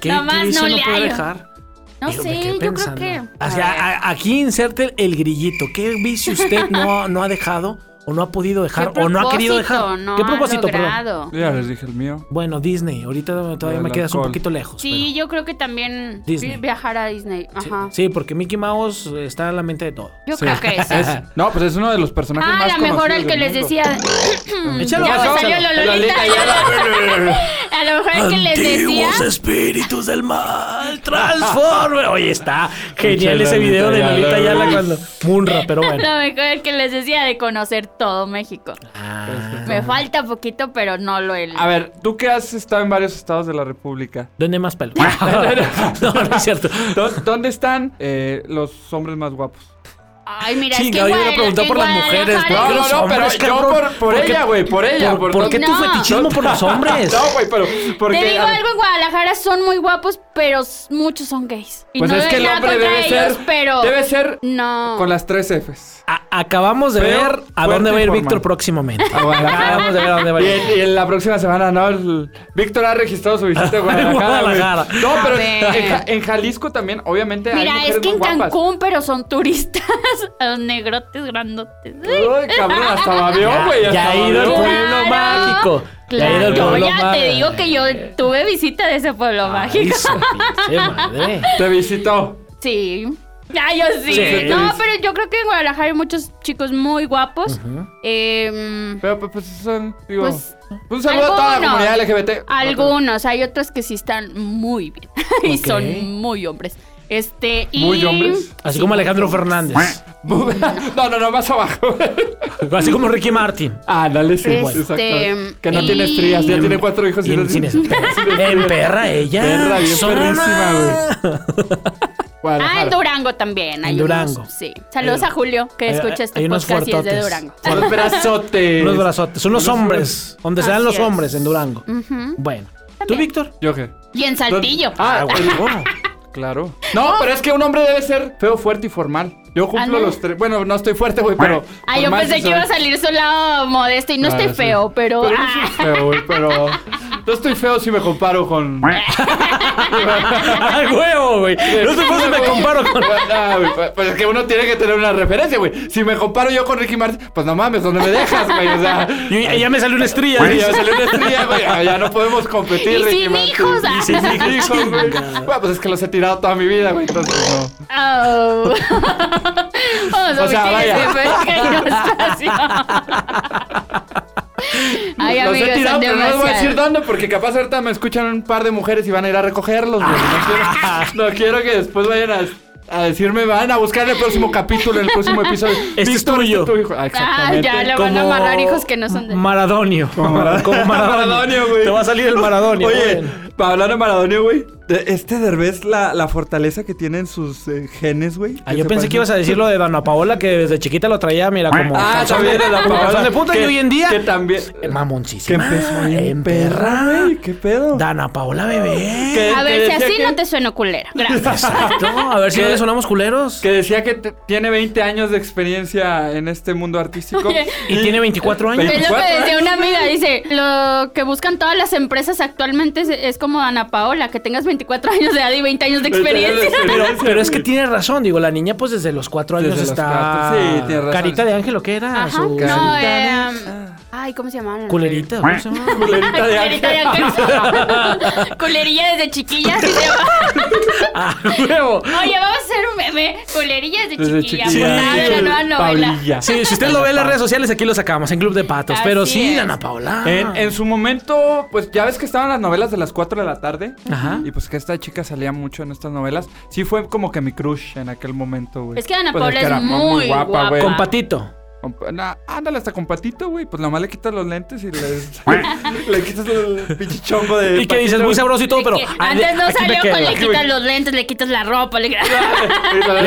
[SPEAKER 3] ¿Qué-
[SPEAKER 4] Nada
[SPEAKER 3] qué
[SPEAKER 4] más
[SPEAKER 3] vicio
[SPEAKER 4] no le
[SPEAKER 3] puedo
[SPEAKER 4] hallo.
[SPEAKER 3] dejar?
[SPEAKER 4] No
[SPEAKER 3] Pero me
[SPEAKER 4] sé,
[SPEAKER 3] quedé
[SPEAKER 4] yo creo
[SPEAKER 3] pensando.
[SPEAKER 4] que.
[SPEAKER 3] O sea, a- aquí inserte el, el grillito. ¿Qué vicio usted no, no ha dejado o no ha podido
[SPEAKER 4] ¿Qué
[SPEAKER 3] dejar o no ha querido
[SPEAKER 4] propósito
[SPEAKER 3] dejar?
[SPEAKER 4] no
[SPEAKER 3] ¿Qué
[SPEAKER 4] ha
[SPEAKER 3] propósito, perdón?
[SPEAKER 4] logrado?
[SPEAKER 5] Ya les dije el mío.
[SPEAKER 3] Bueno, Disney, ahorita todavía
[SPEAKER 5] Del
[SPEAKER 3] me quedas un
[SPEAKER 5] alcohol.
[SPEAKER 3] poquito lejos.
[SPEAKER 4] Sí, yo creo que también
[SPEAKER 3] Disney.
[SPEAKER 4] viajar a Disney. Ajá.
[SPEAKER 3] pero- sí, porque Mickey Mouse está en la mente de todo.
[SPEAKER 4] Yo creo que es.
[SPEAKER 5] Es- no, pues es uno de los personajes
[SPEAKER 4] Ah, a
[SPEAKER 5] más
[SPEAKER 4] lo mejor
[SPEAKER 5] conocidos
[SPEAKER 4] el que les
[SPEAKER 5] del mundo.
[SPEAKER 4] decía.
[SPEAKER 3] Échalo,
[SPEAKER 4] ya
[SPEAKER 3] échalo.
[SPEAKER 4] me salió la Lolita.
[SPEAKER 5] Lolita, ya
[SPEAKER 4] A lo mejor el que les decía.
[SPEAKER 3] Antiguos espíritus del mal, transforme. Oye, está genial ese video de
[SPEAKER 5] Yala,
[SPEAKER 3] Lolita Yala
[SPEAKER 5] güey.
[SPEAKER 3] cuando. Munra, pero
[SPEAKER 4] A
[SPEAKER 3] bueno.
[SPEAKER 4] lo mejor el que les decía de conocer todo México.
[SPEAKER 3] Ah,
[SPEAKER 4] Me falta poquito, pero no lo he.
[SPEAKER 5] A ver, tú que has estado en varios estados de la República.
[SPEAKER 3] ¿Dónde más pelo? no, no es cierto.
[SPEAKER 5] ¿Dó- ¿Dónde están eh, los hombres más guapos?
[SPEAKER 4] Ay, mira,
[SPEAKER 3] Chinga,
[SPEAKER 4] es que
[SPEAKER 3] yo le
[SPEAKER 4] Guadalajara-
[SPEAKER 3] pregunté por las mujeres,
[SPEAKER 4] Guadalajara-
[SPEAKER 3] ¿no? los hombres, cabrón. ¿Por qué-
[SPEAKER 5] güey, por
[SPEAKER 3] ¿Por, por qué tu
[SPEAKER 4] No.
[SPEAKER 3] fetichismo por los hombres?
[SPEAKER 5] No, güey, pero porque
[SPEAKER 4] Te digo
[SPEAKER 5] a-
[SPEAKER 4] algo, en Guadalajara son muy guapos, pero s- muchos son gays. Y
[SPEAKER 5] Pues
[SPEAKER 4] no
[SPEAKER 5] es
[SPEAKER 4] es
[SPEAKER 5] que el
[SPEAKER 4] nada
[SPEAKER 5] hombre
[SPEAKER 4] contra
[SPEAKER 5] debe
[SPEAKER 4] ellos,
[SPEAKER 5] ser
[SPEAKER 4] pero
[SPEAKER 5] debe ser
[SPEAKER 4] no.
[SPEAKER 5] con las tres Fs.
[SPEAKER 3] A- acabamos de
[SPEAKER 5] Feo,
[SPEAKER 3] ver a
[SPEAKER 5] fuerte
[SPEAKER 3] dónde va a
[SPEAKER 5] y
[SPEAKER 3] ir
[SPEAKER 5] formal. Ah,
[SPEAKER 3] Víctor próximamente.
[SPEAKER 5] A Guadalajara.
[SPEAKER 3] Acabamos de ver a dónde va a
[SPEAKER 5] Y
[SPEAKER 3] ir.
[SPEAKER 5] en, y en la próxima semana, ¿no? El- Víctor ha registrado su visita a Guadalajara. güey.
[SPEAKER 3] Guadalajara.
[SPEAKER 5] No, pero
[SPEAKER 4] A ver.
[SPEAKER 5] en, Ja- en Jalisco también, obviamente. hay
[SPEAKER 4] Mira, es
[SPEAKER 5] mujeres
[SPEAKER 4] que en
[SPEAKER 5] muy guapas.
[SPEAKER 4] Cancún, pero son turistas. A los negrotes grandotes.
[SPEAKER 5] Ay, cabrón, hasta babió, güey.
[SPEAKER 3] Ya
[SPEAKER 5] hasta
[SPEAKER 3] ha ido el
[SPEAKER 5] babeó.
[SPEAKER 3] pueblo mágico. Ya ha ido el
[SPEAKER 4] Claro,
[SPEAKER 3] pueblo
[SPEAKER 4] ya te
[SPEAKER 3] mágico.
[SPEAKER 4] digo que yo tuve visita de ese pueblo
[SPEAKER 3] Ay,
[SPEAKER 4] mágico.
[SPEAKER 3] su pinche madre.
[SPEAKER 5] Te visitó.
[SPEAKER 4] Sí. Ah, yo sí.
[SPEAKER 3] Sí.
[SPEAKER 4] No, pero yo creo que en Guadalajara hay muchos chicos muy guapos. Em,
[SPEAKER 5] Pero pues, pues son, digo.
[SPEAKER 4] Pues,
[SPEAKER 5] un saludo a toda la
[SPEAKER 4] algunos.
[SPEAKER 5] comunidad LGBT.
[SPEAKER 4] algunos, hay otros que sí están muy bien. y
[SPEAKER 3] Ok.
[SPEAKER 4] son muy hombres. Este, y.
[SPEAKER 5] Muy hombres.
[SPEAKER 3] Así como Alejandro Fernández.
[SPEAKER 5] No, no, no, más abajo.
[SPEAKER 3] Así como Ricky Martin.
[SPEAKER 5] Ah, dale, sí,
[SPEAKER 4] Este,
[SPEAKER 5] exacto. Que no tiene
[SPEAKER 4] y-
[SPEAKER 5] estrías, ya tiene cuatro hijos
[SPEAKER 3] Y
[SPEAKER 5] no
[SPEAKER 3] en,
[SPEAKER 5] tiene-
[SPEAKER 3] cines, en perra ella.
[SPEAKER 5] Perra, bien
[SPEAKER 3] Sonora.
[SPEAKER 5] Guadalajara.
[SPEAKER 4] Ah, en Durango también. hay
[SPEAKER 3] En Durango.
[SPEAKER 4] Unos, sí. Saludos
[SPEAKER 3] Hay-
[SPEAKER 4] a
[SPEAKER 5] Eh,
[SPEAKER 4] Julio, que
[SPEAKER 3] hay-
[SPEAKER 4] escucha
[SPEAKER 3] hay
[SPEAKER 4] este
[SPEAKER 3] unos
[SPEAKER 4] podcast y es de
[SPEAKER 3] fuertotes.
[SPEAKER 4] Durango.
[SPEAKER 5] Con los brazotes.
[SPEAKER 3] Unos brazotes. Son los
[SPEAKER 5] Unos
[SPEAKER 3] hombres. Donde se dan
[SPEAKER 4] Así
[SPEAKER 3] los
[SPEAKER 4] es.
[SPEAKER 3] hombres en Durango.
[SPEAKER 4] Ujú.
[SPEAKER 3] Bueno. ¿Tú, Víctor?
[SPEAKER 5] Yo qué.
[SPEAKER 4] Y en Saltillo.
[SPEAKER 5] Ah,
[SPEAKER 3] güey, ¿cómo?
[SPEAKER 5] claro. No, pero es que un hombre debe ser feo, fuerte y formal. Yo cumplo
[SPEAKER 4] Ah, ¿no?
[SPEAKER 5] los tres. Bueno, no estoy fuerte, güey, pero.
[SPEAKER 4] Ah, yo
[SPEAKER 5] formal
[SPEAKER 4] pensé
[SPEAKER 5] sí
[SPEAKER 4] que
[SPEAKER 5] soy.
[SPEAKER 4] iba a salir su lado modesto y no
[SPEAKER 5] Claro,
[SPEAKER 4] estoy
[SPEAKER 5] Ah, sí.
[SPEAKER 4] feo, pero.
[SPEAKER 5] Pero yo
[SPEAKER 4] ah,
[SPEAKER 5] soy feo, güey, pero. No estoy feo si me comparo con.
[SPEAKER 3] ¡Ay, huevo, güey! No sé por qué me comparo con.
[SPEAKER 5] Ah, güey, pues- Pues es que uno tiene que tener una referencia, güey. Si me comparo yo con Ricky Martin, pues no mames, ¿dónde me dejas, güey? O sea,
[SPEAKER 3] Y- y ya me salió una estrella.
[SPEAKER 5] Güey,
[SPEAKER 3] dice.
[SPEAKER 5] ya salió una estrella, güey. Ah, Ya no podemos competir,
[SPEAKER 4] Y
[SPEAKER 5] Ricky
[SPEAKER 4] sin
[SPEAKER 5] Martin.
[SPEAKER 4] hijos, ah.
[SPEAKER 5] Y sin hijos, güey. Bueno, pues es que los he tirado toda mi vida, güey. Entonces, no.
[SPEAKER 4] oh. Vamos a
[SPEAKER 5] O sea,
[SPEAKER 4] omitir
[SPEAKER 5] vaya.
[SPEAKER 4] este pequeño espacio. Ay,
[SPEAKER 5] los
[SPEAKER 4] amigos,
[SPEAKER 5] he tirado,
[SPEAKER 4] son
[SPEAKER 5] pero no les voy a decir
[SPEAKER 4] demasiado.
[SPEAKER 5] dónde, porque capaz ahorita me escuchan un par de mujeres y van a ir a recogerlos, güey. No quiero, no quiero que después vayan a, a decirme, van a buscar en el próximo capítulo, en el próximo episodio.
[SPEAKER 3] es
[SPEAKER 5] Víctor,
[SPEAKER 3] tuyo.
[SPEAKER 5] este es tu hijo. Ah,
[SPEAKER 4] Ah,
[SPEAKER 5] exactamente.
[SPEAKER 4] ya le van a amarrar hijos que no son de.
[SPEAKER 3] Maradonio. Como
[SPEAKER 5] Mara- Maradonio, güey.
[SPEAKER 3] Te va a salir el Maradonio.
[SPEAKER 5] Oye,
[SPEAKER 3] bueno.
[SPEAKER 5] para hablar de Maradona, güey, de- este Derbez, la, la fortaleza que tiene en sus eh, genes, güey.
[SPEAKER 3] Ah, yo pensé que ibas a decir lo de Dana Paola, que desde chiquita lo traía, mira, como.
[SPEAKER 5] Ah,
[SPEAKER 3] calzón de-
[SPEAKER 5] también la
[SPEAKER 3] como calzón de puta, y
[SPEAKER 5] Que-
[SPEAKER 3] hoy en día.
[SPEAKER 5] Que también.
[SPEAKER 3] Eh,
[SPEAKER 5] Que
[SPEAKER 3] Mamoncísima.
[SPEAKER 5] empezó bien
[SPEAKER 3] en
[SPEAKER 5] perra,
[SPEAKER 3] perra.
[SPEAKER 5] güey. ¿Qué pedo?
[SPEAKER 3] Dana Paola, bebé.
[SPEAKER 5] Que-
[SPEAKER 4] A
[SPEAKER 5] que
[SPEAKER 4] ver, si
[SPEAKER 5] decía
[SPEAKER 4] así
[SPEAKER 5] que-
[SPEAKER 4] no te sueno culera. Gracias.
[SPEAKER 3] Exacto. A ver si
[SPEAKER 5] Que-
[SPEAKER 3] no le sonamos culeros.
[SPEAKER 5] Que decía que te- tiene 20 años de experiencia en este mundo artístico.
[SPEAKER 4] Oye.
[SPEAKER 3] Y tiene 24 años.
[SPEAKER 5] Pero-
[SPEAKER 4] Es lo que
[SPEAKER 5] 24
[SPEAKER 4] decía
[SPEAKER 5] años,
[SPEAKER 4] una amiga, dice, lo que buscan todas las empresas actualmente es, es como Ana Paola, que tengas 24 años de edad y 20 años de experiencia.
[SPEAKER 3] Pero, pero es que tiene razón, digo, la niña pues desde los cuatro años
[SPEAKER 5] Desde los
[SPEAKER 3] está...
[SPEAKER 5] cuatro, sí, tiene razón.
[SPEAKER 3] Carita de ángel, ¿o qué era?
[SPEAKER 4] Ajá,
[SPEAKER 3] Su-
[SPEAKER 4] no, eh,
[SPEAKER 7] Ay, ¿cómo se llamaban?
[SPEAKER 3] Culerita. ¿cómo se llama?
[SPEAKER 5] Culerita de
[SPEAKER 4] Culerita de ángel. Culerilla desde chiquilla. así se llama.
[SPEAKER 3] Ah, huevo.
[SPEAKER 4] Oye, vamos a hacer un meme. Culerilla
[SPEAKER 5] Desde
[SPEAKER 4] desde chiquilla.
[SPEAKER 5] chiquilla.
[SPEAKER 4] portada de la nueva novela.
[SPEAKER 5] Paulilla.
[SPEAKER 3] Sí, si usted lo ve en las redes sociales, aquí lo sacamos en Club de Patos. Pero
[SPEAKER 4] Así
[SPEAKER 3] sí,
[SPEAKER 4] es.
[SPEAKER 3] Ana Paula.
[SPEAKER 5] En, en su momento, pues ya ves que estaban las novelas de las 4 de la tarde.
[SPEAKER 3] Ajá.
[SPEAKER 5] Y pues que esta chica salía mucho en estas novelas. Sí fue como que mi crush en aquel momento, güey.
[SPEAKER 4] Es que Ana
[SPEAKER 5] Pues
[SPEAKER 4] Paula es
[SPEAKER 5] era
[SPEAKER 4] muy guapa.
[SPEAKER 5] güey.
[SPEAKER 3] Con Patito.
[SPEAKER 5] Con- na- ándale hasta con patito, güey. Pues nomás le quitas los lentes y le, le quitas el pinche chongo de.
[SPEAKER 3] Y que dices, muy sabroso y todo, pero.
[SPEAKER 4] Que
[SPEAKER 3] ah,
[SPEAKER 4] antes no
[SPEAKER 3] aquí me
[SPEAKER 4] salió
[SPEAKER 3] quedo.
[SPEAKER 4] con le quitas los lentes, le quitas la ropa. Le...
[SPEAKER 5] Le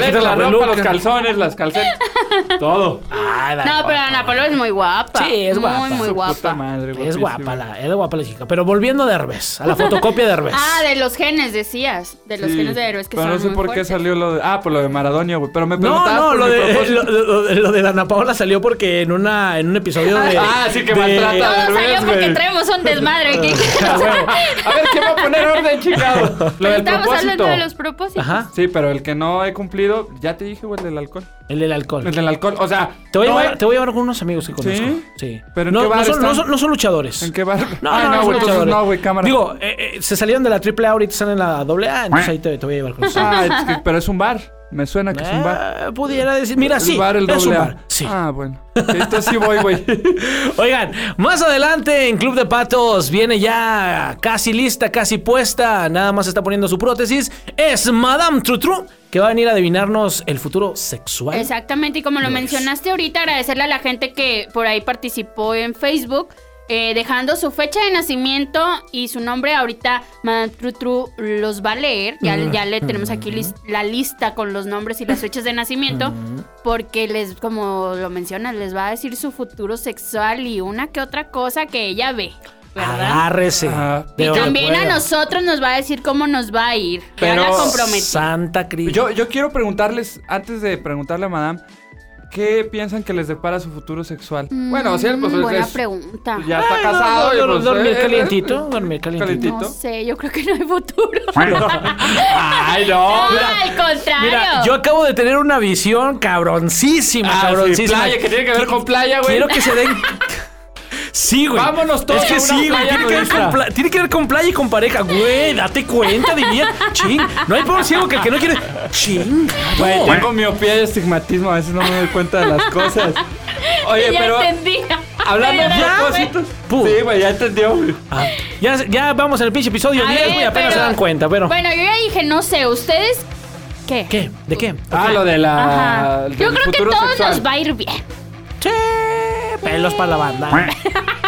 [SPEAKER 5] quitas la ropa,
[SPEAKER 3] peluca.
[SPEAKER 5] los calzones, las calcetas. todo.
[SPEAKER 3] Ah, la-
[SPEAKER 7] No, pero Ana Paula es muy guapa.
[SPEAKER 3] Sí, es guapa.
[SPEAKER 7] Muy, muy
[SPEAKER 5] Su puta
[SPEAKER 7] guapa.
[SPEAKER 5] madre,
[SPEAKER 3] Es
[SPEAKER 5] guapísima.
[SPEAKER 3] guapa la, es guapa la chica. Pero volviendo a Derbez, a la fotocopia de Derbez.
[SPEAKER 7] Ah, de los genes, decías. De los
[SPEAKER 5] Sí,
[SPEAKER 7] genes de héroes que
[SPEAKER 5] pero
[SPEAKER 7] son
[SPEAKER 5] no sé
[SPEAKER 7] muy
[SPEAKER 5] por
[SPEAKER 7] fuertes.
[SPEAKER 5] qué salió lo de. Ah, por lo de Maradona, güey. Pero me
[SPEAKER 3] No,
[SPEAKER 5] preguntabas
[SPEAKER 3] no,
[SPEAKER 5] por
[SPEAKER 3] lo
[SPEAKER 5] mi
[SPEAKER 3] de, eh,
[SPEAKER 5] propósito.
[SPEAKER 3] lo, lo- lo de Ana Paola salió porque en una en un episodio de.
[SPEAKER 5] Ah, sí, que
[SPEAKER 3] de-
[SPEAKER 5] maltrata.
[SPEAKER 4] Todo
[SPEAKER 5] Al revés,
[SPEAKER 4] salió porque
[SPEAKER 5] güey.
[SPEAKER 4] traemos un desmadre. ¿qué- qué-
[SPEAKER 5] Ah, bueno. A ver, ¿quién va a poner orden, chingado? Lo del
[SPEAKER 4] Estamos
[SPEAKER 5] propósito.
[SPEAKER 4] hablando de los propósitos.
[SPEAKER 3] Ajá,
[SPEAKER 5] Sí, pero el que no he cumplido, ya te dije, güey, el del alcohol.
[SPEAKER 3] el del alcohol.
[SPEAKER 5] El del alcohol, o sea.
[SPEAKER 3] Te voy,
[SPEAKER 5] no
[SPEAKER 3] a llevar,
[SPEAKER 5] he-
[SPEAKER 3] te voy a llevar con unos amigos que conozco.
[SPEAKER 5] ¿Sí?
[SPEAKER 3] Sí.
[SPEAKER 5] ¿Pero en
[SPEAKER 3] no,
[SPEAKER 5] qué bar
[SPEAKER 3] no, son, no,
[SPEAKER 5] están?
[SPEAKER 3] son, no son luchadores.
[SPEAKER 5] ¿En qué bar?
[SPEAKER 3] No, no, no,
[SPEAKER 5] Ah, güey,
[SPEAKER 3] son
[SPEAKER 5] entonces
[SPEAKER 3] luchadores.
[SPEAKER 5] no, güey, cámara.
[SPEAKER 3] Digo, eh, eh, se salieron de la AAA, ahorita están en la AA, entonces ahí te, te voy a llevar con unos amigos.
[SPEAKER 5] Ah, es que- pero es un bar. Me suena que es un bar.
[SPEAKER 3] Eh, pudiera decir, mira,
[SPEAKER 5] Es
[SPEAKER 3] sí,
[SPEAKER 5] bar, el
[SPEAKER 3] es un
[SPEAKER 5] doble A.
[SPEAKER 3] bar. Sí.
[SPEAKER 5] Ah, bueno. Entonces sí voy, güey.
[SPEAKER 3] Oigan, más adelante en Club de Patos viene ya casi lista, casi puesta. Nada más está poniendo su prótesis. Es Madame Trutru que va a venir a adivinarnos el futuro sexual.
[SPEAKER 7] Exactamente, y como lo
[SPEAKER 3] Nice.
[SPEAKER 7] mencionaste ahorita, agradecerle a la gente que por ahí participó en Facebook, eh, dejando su fecha de nacimiento y su nombre. Ahorita Madame Trutru los va a leer. Ya, ya le tenemos aquí lis- la lista con los nombres y las fechas de nacimiento, porque les, como lo mencionas, les va a decir su futuro sexual y una que otra cosa que ella ve, ¿verdad?
[SPEAKER 3] Agárrese.
[SPEAKER 5] Ajá.
[SPEAKER 3] de
[SPEAKER 7] y
[SPEAKER 3] donde
[SPEAKER 7] también a
[SPEAKER 3] pueda.
[SPEAKER 7] nosotros nos va a decir cómo nos va a ir. Pero...
[SPEAKER 5] Pero-
[SPEAKER 3] Santa Cris.
[SPEAKER 5] Yo, yo quiero preguntarles, antes de preguntarle a Madame, ¿qué piensan que les depara su futuro sexual?
[SPEAKER 4] Mm,
[SPEAKER 5] bueno, o sea, pues es-
[SPEAKER 7] Mm, buena
[SPEAKER 5] es-
[SPEAKER 7] pregunta.
[SPEAKER 5] ya está
[SPEAKER 3] Ay, no,
[SPEAKER 5] casado.
[SPEAKER 3] no,
[SPEAKER 5] y
[SPEAKER 3] no,
[SPEAKER 5] pues,
[SPEAKER 3] dormir
[SPEAKER 5] eh, eh,
[SPEAKER 3] calientito, dormir calientito.
[SPEAKER 7] No sé, yo creo que no hay futuro.
[SPEAKER 5] Ay, no.
[SPEAKER 4] Ah, al contrario.
[SPEAKER 3] Mira, yo acabo de tener una visión cabroncísima,
[SPEAKER 5] Ah, sí,
[SPEAKER 3] cabroncísima.
[SPEAKER 5] playa, que tiene que ver con playa, güey.
[SPEAKER 3] Quiero que se den. Sí, güey.
[SPEAKER 5] Vámonos todos
[SPEAKER 3] Es que
[SPEAKER 5] a una
[SPEAKER 3] sí, güey.
[SPEAKER 5] playa
[SPEAKER 3] Tiene que, ver con
[SPEAKER 5] nudista.
[SPEAKER 3] pla- tiene que ver con playa y con pareja, güey. Date cuenta, diría. Ching. No hay por ciego que el que no quiere. Ching.
[SPEAKER 5] Güey, tengo miopía y estigmatismo, a veces no me doy cuenta de las cosas. Oye,
[SPEAKER 4] ya
[SPEAKER 5] pero
[SPEAKER 4] entendí.
[SPEAKER 5] hablando de
[SPEAKER 4] Pero ya,
[SPEAKER 5] propósitos.
[SPEAKER 3] Pum.
[SPEAKER 5] Sí, güey, ya entendió. güey.
[SPEAKER 3] Ah, ya, ya vamos en el pinche episodio
[SPEAKER 4] A
[SPEAKER 3] 10,
[SPEAKER 4] ver,
[SPEAKER 3] güey. Apenas se
[SPEAKER 4] pero-
[SPEAKER 3] dan cuenta, pero.
[SPEAKER 7] Bueno, yo ya dije, no sé, ustedes. ¿Qué?
[SPEAKER 3] ¿Qué? ¿De qué?
[SPEAKER 5] Ah, lo de la.
[SPEAKER 7] Ajá.
[SPEAKER 5] Ah, del
[SPEAKER 7] Yo creo que
[SPEAKER 5] futuro
[SPEAKER 7] todos
[SPEAKER 5] sexual.
[SPEAKER 7] nos va a ir bien.
[SPEAKER 3] Che, pelos para la banda.